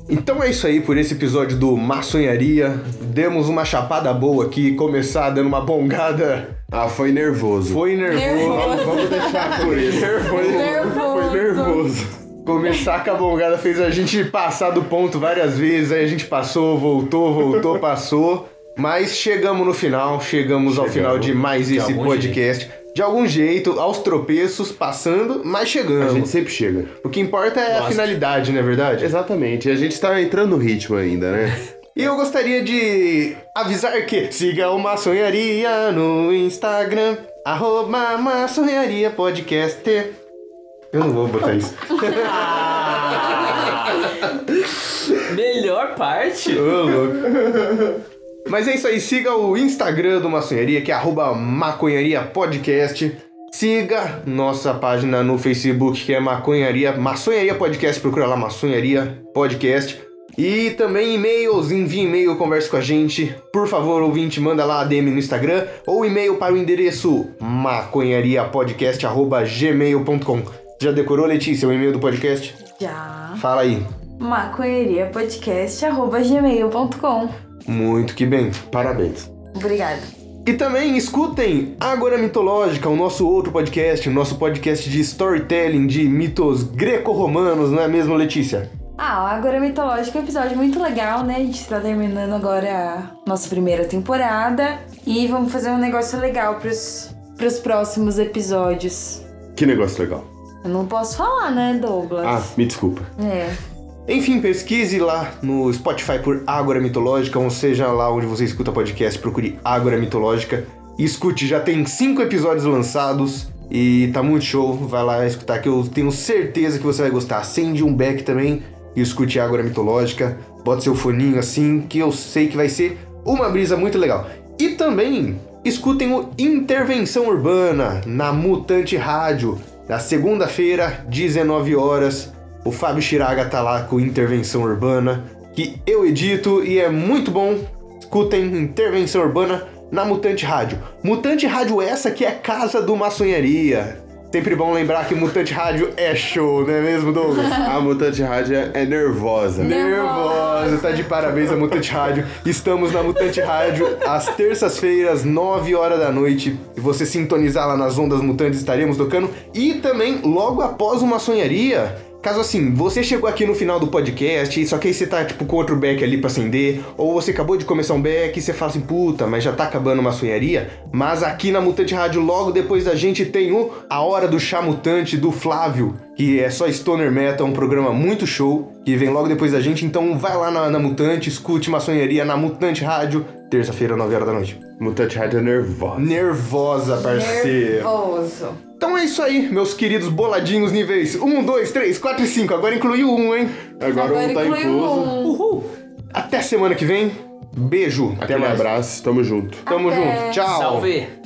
[SPEAKER 1] Então é isso aí por esse episódio do Maçonharia. Demos uma chapada boa aqui, começar dando uma bongada.
[SPEAKER 2] Ah, foi nervoso.
[SPEAKER 1] Foi nervoso.
[SPEAKER 4] Nervoso.
[SPEAKER 2] Vamos deixar por isso.
[SPEAKER 1] Nervoso.
[SPEAKER 4] Nervoso.
[SPEAKER 2] Foi nervoso.
[SPEAKER 1] Começar com a bongada fez a gente passar do ponto várias vezes, aí a gente passou, voltou, voltou, passou. Mas chegamos no final, chegamos ao final de mais esse
[SPEAKER 5] algum
[SPEAKER 1] podcast. De algum jeito, aos tropeços, passando, mas
[SPEAKER 2] A
[SPEAKER 1] chegamos.
[SPEAKER 2] gente sempre chega.
[SPEAKER 1] O que importa é a finalidade, não é verdade?
[SPEAKER 2] Exatamente. E a gente tá entrando no ritmo ainda, né?
[SPEAKER 1] E eu gostaria de avisar que siga o Maçonharia no Instagram, arroba Maçonharia Podcast.
[SPEAKER 6] Eu não vou botar isso.
[SPEAKER 5] Melhor parte?
[SPEAKER 1] Mas é isso aí, siga o Instagram do Maçonharia, que é arroba Maconharia Podcast. Siga nossa página no Facebook, que é Maconharia, Maçonharia Podcast, procura lá Maçonharia Podcast. E também e-mails, envie e-mail, converse com a gente. Por favor, ouvinte, manda lá a DM no Instagram ou e-mail para o endereço maconhariapodcast.gmail.com. Já decorou, Letícia, o e-mail do podcast?
[SPEAKER 4] Já.
[SPEAKER 1] Fala aí.
[SPEAKER 4] maconheriapodcast.gmail.com
[SPEAKER 1] Muito que bem.
[SPEAKER 2] Parabéns.
[SPEAKER 4] Obrigada.
[SPEAKER 1] E também escutem Agora Mitológica, o nosso outro podcast, o nosso podcast de storytelling de mitos greco-romanos, não é mesmo, Letícia?
[SPEAKER 4] Ah, o Agora Mitológico é um episódio muito legal, né? A gente tá terminando agora a nossa primeira temporada e vamos fazer um negócio legal pros, pros próximos episódios.
[SPEAKER 2] Que negócio legal.
[SPEAKER 4] Eu não posso falar, né,
[SPEAKER 2] Ah,
[SPEAKER 4] Douglas?
[SPEAKER 2] me desculpa.
[SPEAKER 4] É.
[SPEAKER 1] Enfim, pesquise lá no Spotify por Agora Mitológica, ou seja lá onde você escuta podcast, procure Agora Mitológica. E Escute, já tem cinco episódios lançados. E tá muito show, vai lá escutar que eu tenho certeza que você vai gostar. Acende um beck também e escute Ágora Mitológica. Bota seu foninho assim, que eu sei que vai ser uma brisa muito legal. E também escutem o Intervenção Urbana na Mutante Rádio, na segunda-feira, 19 horas. O Fábio Chiraga tá lá com Intervenção Urbana, que eu edito e é muito bom escutem Intervenção Urbana na Mutante Rádio. Mutante Rádio essa que é casa do maçonharia. Sempre bom lembrar que Mutante Rádio é show, não é mesmo, Douglas?
[SPEAKER 2] A Mutante Rádio é é nervosa.
[SPEAKER 1] Nervosa, tá de parabéns a Mutante Rádio. Estamos na Mutante Rádio às terças-feiras, 9 horas da noite. Se você sintonizar lá nas ondas mutantes, estaremos tocando. E também, logo após uma sonharia. Caso assim, você chegou aqui no final do podcast, só que aí você tá tipo com outro back ali pra acender, ou você acabou de começar um back e você fala assim, puta, mas já tá acabando uma sonharia. Mas aqui na Mutante Rádio, logo depois da gente, tem o A Hora do Chá Mutante do Flávio que é só Stoner Metal, é um programa muito show, que vem logo depois da gente, então vai lá na, na Mutante, escute Maçonharia na Mutante Rádio, terça-feira, 9 horas da noite.
[SPEAKER 2] Mutante Rádio é nervosa.
[SPEAKER 1] Nervosa, parceiro.
[SPEAKER 4] Nervoso.
[SPEAKER 1] Então é isso aí, meus queridos boladinhos níveis 1, 2, 3, 4 e 5. Agora incluiu um, hein?
[SPEAKER 2] Agora, um tá
[SPEAKER 4] inclui
[SPEAKER 2] incluso.
[SPEAKER 4] um.
[SPEAKER 1] Uhul. Até semana que vem. Beijo.
[SPEAKER 2] Aquele
[SPEAKER 1] Até mais.
[SPEAKER 2] abraço, tamo junto.
[SPEAKER 1] Tamo
[SPEAKER 4] Até.
[SPEAKER 1] junto. Tchau.
[SPEAKER 5] Salve!